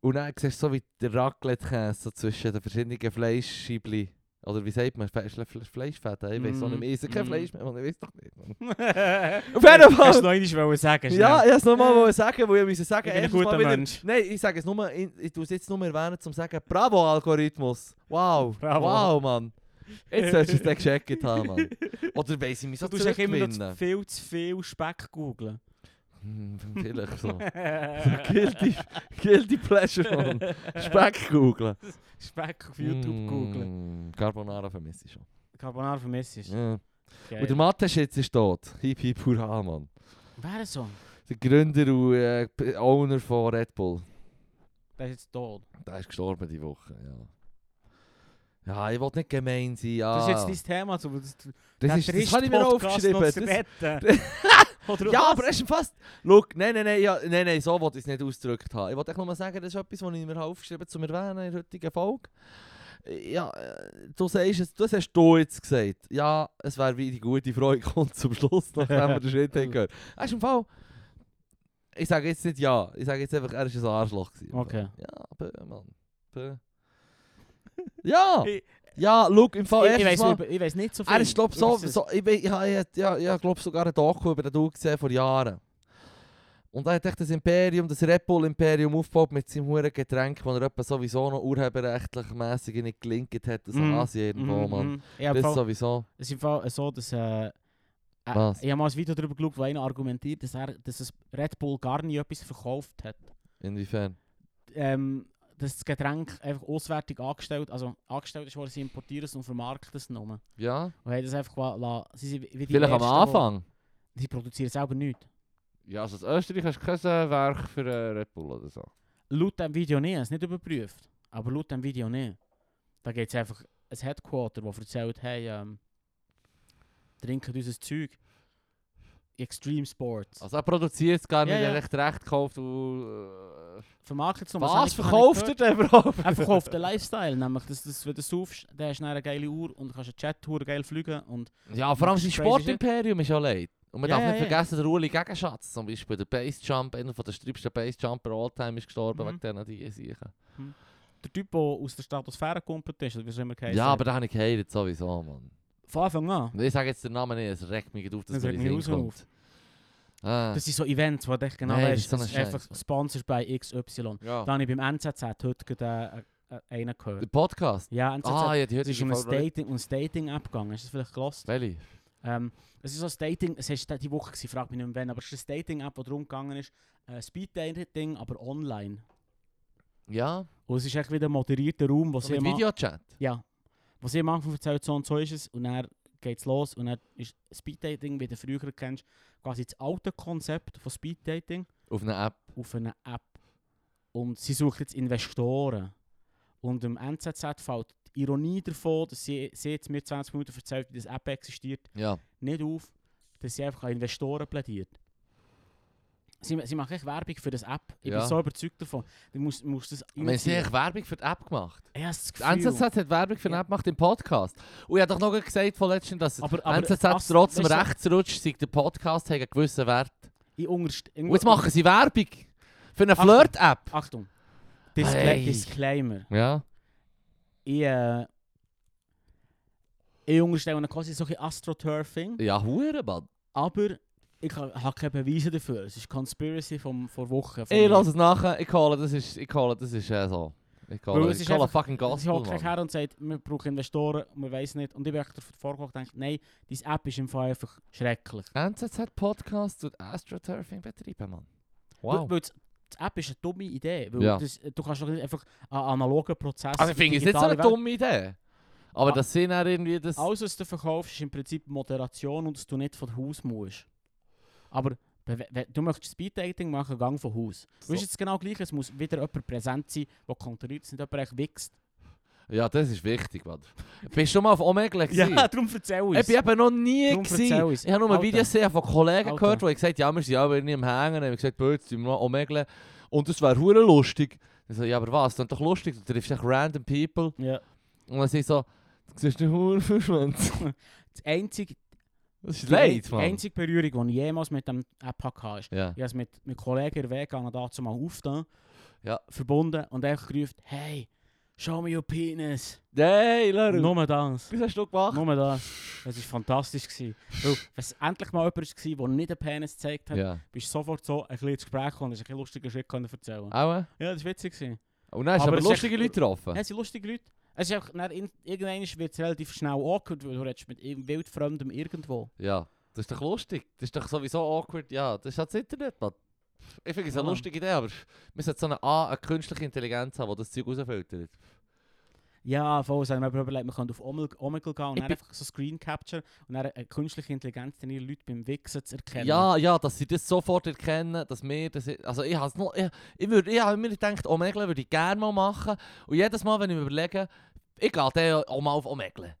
Und dann siehst du so wie der Raclette-Käse so zwischen den verschiedenen Fleischscheibli. Oder wie sagt man? Fle Fle Fle Fleischfäden? Ich weiß auch nicht mehr. Ich esse kein
Mm.
Fleisch mehr, Mann, ich weiß doch nicht. Mann.
Auf
jeden Fall.
Hast du noch einmal sagen schnell.
Ja, ich wollte es nochmal sagen, weil ich musste sagen,
Ich bin ein
erstens mal
guter
wieder-
Mensch.
Nein, ich sage es nur, ich, ich tue es jetzt nur erwähnen, um zu sagen, bravo Algorithmus. Wow,
Bravo.
wow, Mann. Jetzt solltest du es dann gecheckt haben, Mann. Oder weiss ich mich so
Du tust eigentlich immer noch zu
zurückgewinnen.
viel zu viel Speck googeln.
Hm, Vielleicht so. guilty, guilty Pleasure, Mann. Speck googeln.
Speck auf YouTube googeln.
Mm, Hm, Carbonara vermisse ich schon.
Carbonara vermisst ist.
Ja. Und der
Geil.
Mathe-Schitz ist tot. Hip hip hurra, Mann.
Wer ist so?
Der Gründer und äh, P- Owner von Red Bull.
Der ist jetzt tot.
Der ist gestorben die Woche, ja. Ja, ich wollte nicht gemein sein, ja.
Das ist jetzt dein Thema. So, das,
das, ist, das habe ich mir aufgeschrieben. Das,
Oder
ja,
was?
aber es ist fast... Schau, nein, nein, nein, ja, nein, nein, so wollte ich es nicht ausgedrückt haben. Ich wollte nur sagen, das ist etwas, was ich mir habe aufgeschrieben habe, um erwähnen in der heutigen Folge. Ja, äh, du sagst es, das hast du jetzt gesagt. Ja, es wäre wie die gute Freude kommt zum Schluss, nachdem wir den Schritt haben gehört. Er ist im Fall... Ich sage jetzt nicht ja, ich sage jetzt einfach, er ist ein Arschloch gewesen.
Okay.
Ja, bö, Mann. Bö. Ja!
Ich-
ja, look, im Fall
ich, ich,
erstens
weiss,
mal,
über- ich weiss nicht so viel.
er ist glaub so,
über das-
so ich, ich, ich, ich, ich, ich glaub sogar einen Doku über den Du gesehen vor Jahren. Und er hat echt das Imperium, das Red Bull Imperium aufgebaut mit seinem huren Getränk, das er etwa sowieso noch urheberrechtlich mässig nicht gelinkt hat, das
Mhm.
mm. Asien irgendwo,
Mhm,
Mann.
mhm. Ja,
das
voll-
sowieso.
Es ist im Fall so, dass. Äh, äh,
Was?
Ich habe mal ein Video darüber geschaut, wo einer argumentiert, dass, er, dass es Red Bull gar nicht etwas verkauft hat.
Inwiefern?
Ähm, dass das Getränk einfach auswärtig angestellt, also angestellt ist, wo sie importieren es und vermarkten es nur. Und
Ja?
haben das einfach qua- la, sie sind wie die
Vielleicht am
Ersten,
Anfang.
Die, die produzieren selber nichts.
Ja, also in Österreich hast du kein äh, Werk für äh, Red Bull oder so.
Laut dem Video nicht, es ist nicht überprüft. Aber laut dem Video nicht. Da gibt es einfach ein Headquarter, das erzählt, hey, ähm, trinken unser Zeug. Extreme Sports.
Also er produziert es gar nicht,
Ja, ja.
er hat echt recht gekauft und... Äh,
vermarktet es nur, das habe
was
ich- habe ich
verkauft er
gehört.
denn überhaupt?
Er verkauft den Lifestyle, nämlich, dass, dass, wenn du saufst, dann hast du dann eine geile Uhr und kannst einen Chat hure geil fliegen und
Ja, vor allem
Max
sein
Crazy
Sportimperium ist ja leid. Und man
Ja,
darf
ja,
nicht
ja.
vergessen, der Uli Gegenschatz zum Beispiel, der Basejump, einer von der sträubsten Basejumper Alltime ist gestorben
Mhm.
wegen diesen Dieseichen.
der Typ, der aus der Stratosphäre gekumpelt ist, oder wie es immer heisst.
Ja, aber da habe ich geheiratet sowieso, Mann.
Von Anfang an.
Und ich sage jetzt den Namen nicht, es regt mich auf, dass
Das
mir
regt
in den
mich
Sinn
auch so
kommt. Ah,
Das sind so Events, wo du echt genau
Nein, das
weißt,
ist so
das
ein
ist einfach
Scheiß.
sponsored by XY.
ja.
Da habe ich beim NZZ heute gerade äh, äh, einen
Der
gehört.
Podcast.
Ja, NZZ.
Ah, ja, die
es
heutige
ist um ein
Folge-
Dating, um ein Dating-App gegangen. Hast du das vielleicht gelost?
Welche?
Ähm, es ist so ein Dating, es ist die Woche gewesen, frag mich nicht mehr wann, aber es ist ein Dating-App, wo darum gegangen ist. Äh, Speed-Dating, aber online.
Ja,
Und es ist echt wieder ein moderierter Raum, wo
so
sie
mit
am An-
Videochat.
Ja. Wo sie am Anfang erzählt, so und so ist es, und dann geht's los, und dann ist Speed-Dating, wie du früher kennst, quasi das alte Konzept von Speed-Dating
Auf einer App.
auf eine App. Und sie sucht jetzt Investoren. Und im NZZ fällt die Ironie davon, dass sie, sie jetzt mir 20 Minuten erzählt, wie das App existiert,
Ja.
nicht auf, dass sie einfach an Investoren plädiert. Sie, sie machen echt Werbung für das App. Ich
Ja.
bin so überzeugt davon. Du musst, musst das
Und wir haben echt Werbung für die App gemacht.
Ich habe das
Die NZZ
Gefühl.
hat Werbung für die
Ja.
App gemacht im Podcast. Und ich habe doch noch gesagt vorletzten, dass
Aber- aber
NZZ
das-
trotz dem
weißt du-
Rechtsrutsch sei der Podcast hat einen gewissen Wert.
Ich unterst
Und jetzt machen sie Werbung für eine
Achtung.
Flirt-App.
Achtung. Discla
Hey.
Disclaimer.
Ja.
Ich, äh, ich unterstelle ihnen quasi so ein bisschen Astroturfing.
Ja, hure, Mann.
Aber ich habe keine Beweise dafür. Es ist Conspiracy vom, vor Wochen. von
Ich
mir.
lasse es nachher. Ich calle, das ist, ich calle, das ist äh, so. Ich
Weil
calle,
es
ich
ist
calle
einfach-
fucking
Sie
Gospel,
hockt sich
Mann.
her und sagt, wir brauchen Investoren, wir wissen nicht. Und ich bin echt davor gekommen und denke, nein, diese App ist im Fall einfach schrecklich.
NZZ-Podcast und Astroturfing betreiben, Mann.
Wow.
Wow.
Weil, das- die App ist eine dumme Idee. Weil
Ja.
das, du kannst doch nicht einfach einen analogen Prozess.
Also ich finde es nicht so
digitale
eine
Welt-
dumme Idee. Aber
Ah.
das sind auch irgendwie das...
Alles, was du verkaufst, ist im Prinzip Moderation und dass du nicht von Haus musst. Aber we- we- du möchtest Speeddating machen, gang von Haus.
So.
So. Weißt du, es ist genau gleich, es muss wieder jemand präsent sein, der kontrolliert, dass nicht jemand echt wächst.
Ja, das ist wichtig, Mann. Bist du schon mal auf Omegle gewesen?
darum erzähl
Ich bin eben noch nie
Darum erzähl
gewesen.
uns.
Ich habe nur
Alter.
Videos gesehen von Kollegen
Alter.
gehört, die gesagt haben, ja, wir sind aber nicht am Hängen. Und ich gesagt, boah, jetzt sind wir noch omegeln. Und das wäre hure lustig. Ich so, ja, aber was? Das ist doch lustig. Du triffst echt random people.
Ja.
Und dann sind sie so, du siehst den Huren verschwunden.
Das einzige,
Das ist
Die
leid,
ein-
Mann.
einzige Berührung, die ich jemals mit dem App hatte, ist,
Ja.
ich habe es mit, mit Kollegen in der Wege dazu mal aufgetan,
Ja.
verbunden und einfach gerufen, hey, show me your penis.
Hey, Leru.
Nur das.
Was hast du gemacht?
Nur das. Es war fantastisch. Gewesen. Weil, wenn es endlich mal jemand war, der nicht den Penis gezeigt hat,
Ja.
bist du sofort so ein bisschen ins Gespräch gekommen und hast ein bisschen lustigen Shit können
Auch?
erzählen Ja, das war witzig. Gewesen.
Und dann hast du
Aber
aber
es ist
lustige
echt-
Leute getroffen.
Ja, es sind lustige Leute. Es ist einfach, dann in- irgendwann wird es relativ schnell awkward, weil du redest mit irgend- wildfremdem irgendwo.
Ja, das ist doch lustig. Das ist doch sowieso awkward. Ja, das ist halt das Internet, Mann. Ich finde es
Ja,
eine
Mann.
lustige Idee, aber wir sollten so eine, A, eine künstliche Intelligenz haben, die das Zeug rausfiltert.
Ja, voll. Es haben wir überlegt, man könnte auf Omegle, Omegle gehen und
Ich
dann
bin-
einfach so Screen Capture eh, und dann eine künstliche Intelligenz trainieren, Leute beim Wichsen zu erkennen.
Ja, ja, dass sie das sofort erkennen, dass wir das... Also ich habe noch... Ich, ich, würd- ich habe mir gedacht, Omegle würde ich gerne mal machen. Und jedes Mal, wenn ich mir überlege, ich gehe dann auch mal auf Omegle.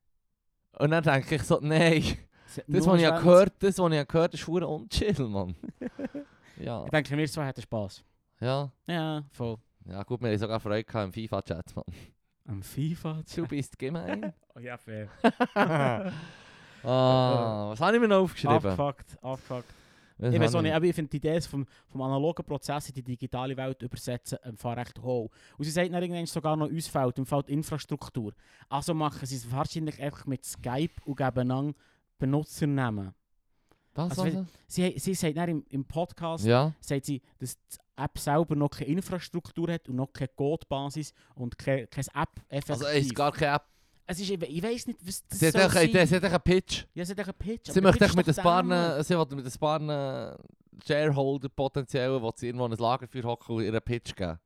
Und dann denke ich so, nein,
Es hat
das,
nur
was ich ja
Schwänze.
gehört, das, was ich ja gehört, ist verdammt unchill, Mann. ja,
Ich denke, wir zwei hätten Spass.
ja.
Ja, voll.
Ja gut, wir haben sogar Freude gehabt im FIFA-Chat, Mann.
Am FIFA
Du bist gemein.
Oh, ja, fair.
Ah, was habe ich mir noch aufgeschrieben?
Abgefuckt, abgefuckt.
Was
ich weiß
habe
auch nicht, aber ich finde die Idee vom, vom analogen Prozess in die digitale Welt übersetzen einfach recht hoch. Und sie sagt dann irgendwann sogar noch, uns fehlt, uns fehlt Infrastruktur. Also machen sie es wahrscheinlich einfach mit Skype und geben dann Benutzernamen.
Was,
Also,
was,
wenn- Sie, sie sagt dann im, im Podcast,
Ja,
sagt sie, dass die App selber noch keine Infrastruktur hat und noch keine Codebasis und keine, keine App effektiv.
also es ist gar keine App.
es ist, ich, ich weiß nicht, was das
Sie hat
soll
echt eine
sein.
Idee, sie hat echt einen Pitch.
Ja, sie hat echt einen Pitch.
Sie
aber der
möchte
Pitch
echt mit
ist
ein
doch
paar,
dämlich.
äh, sie will mit ein paar äh, Shareholder potenziell, die sie irgendwo in ein Lagerfeuer hocken und ihren Pitch geben.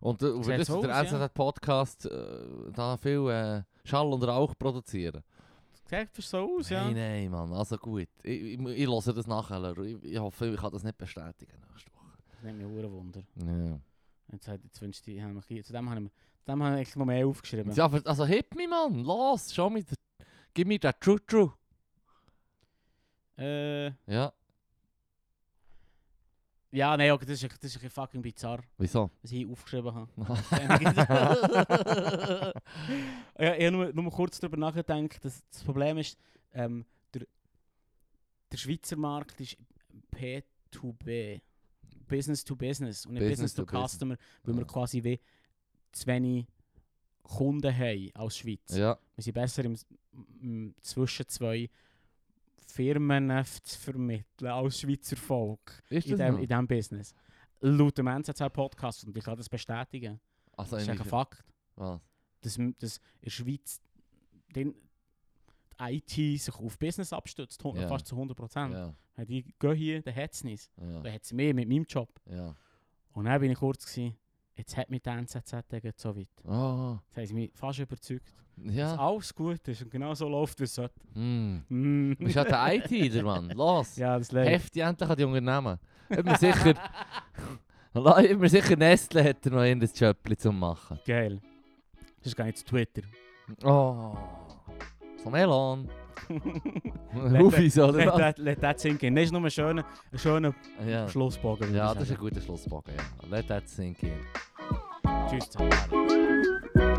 Und äh, und
Sieht
das
so
der
aus, ja.
NZZ Podcast äh, da viel äh, Schall und Rauch produzieren.
Sieht fast so aus, ja.
Nein, nein, Mann, also gut. Ich, ich, ich höre das nachher. Leru. Ich, ich hoffe, ich kann das nicht bestätigen nächste Woche.
Das nimmt mich auch Wunder.
Ja.
Jetzt, hat- jetzt wünschte ich, ich habe mich, hier- zu dem habe ich, mir- zu dem habe ich eigentlich noch mehr aufgeschrieben.
Ja, aber- also hit mich, Mann. Los, schau mir, den- gib mir den True True.
Äh,
Ja,
ja, nein, okay, das, ist, das ist ein bisschen fucking bizarr,
wieso?
was ich hier aufgeschrieben habe. ja, ich habe nur, nur kurz darüber nachgedacht, dass das Problem ist, ähm, der, der Schweizer Markt ist P2B, Business to Business und nicht
Business
Business,
to
to
Business.
Customer, weil wir
Ja.
quasi wie zu wenig Kunden haben als Schweiz.
ja,
Wir sind besser im, im zwischen zwei Firmen zu vermitteln als Schweizer Volk
ist
in
das
diesem
noch?
in dem Business. Laut dem NZZ-Podcast, und ich kann das bestätigen,
also
das ist
in
ein Fakt
was?
dass, m- dass in der Schweiz den, die IT sich auf Business abstützt, hun-
Ja.
fast zu 100 Prozent.
Ja,
Die gehen hier, dann hat es nicht.
ja,
Dann hat es mehr mit meinem Job.
ja.
Und dann bin ich kurz, gewesen, jetzt hat mich die NZZ gegen so weit.
Oh,
Das haben sie mich fast überzeugt, dass
ja.
alles gut ist und genau so läuft, wie es sollte.
Hm.
Mm.
Du bist ja der IT-Leader, Mann. Los.
ja, das läuft.
Heft die endlich an die Unternehmen. Ich bin sicher... La- Ich bin mir sicher, Nestle hätte noch ein Schöppli zum machen.
Geil. Sonst gehe ich zu Twitter.
Oh. So Melon.
Let-
Rufis, oder was?
Let- Let das sinken. Das ist nur ein schöner, ein schöner
Ja.
Schlussbogen. würde
ja,
ich
das ist ein
sagen.
guter Schlussbogen. Ja. Let that sink in.
Tschüss zusammen.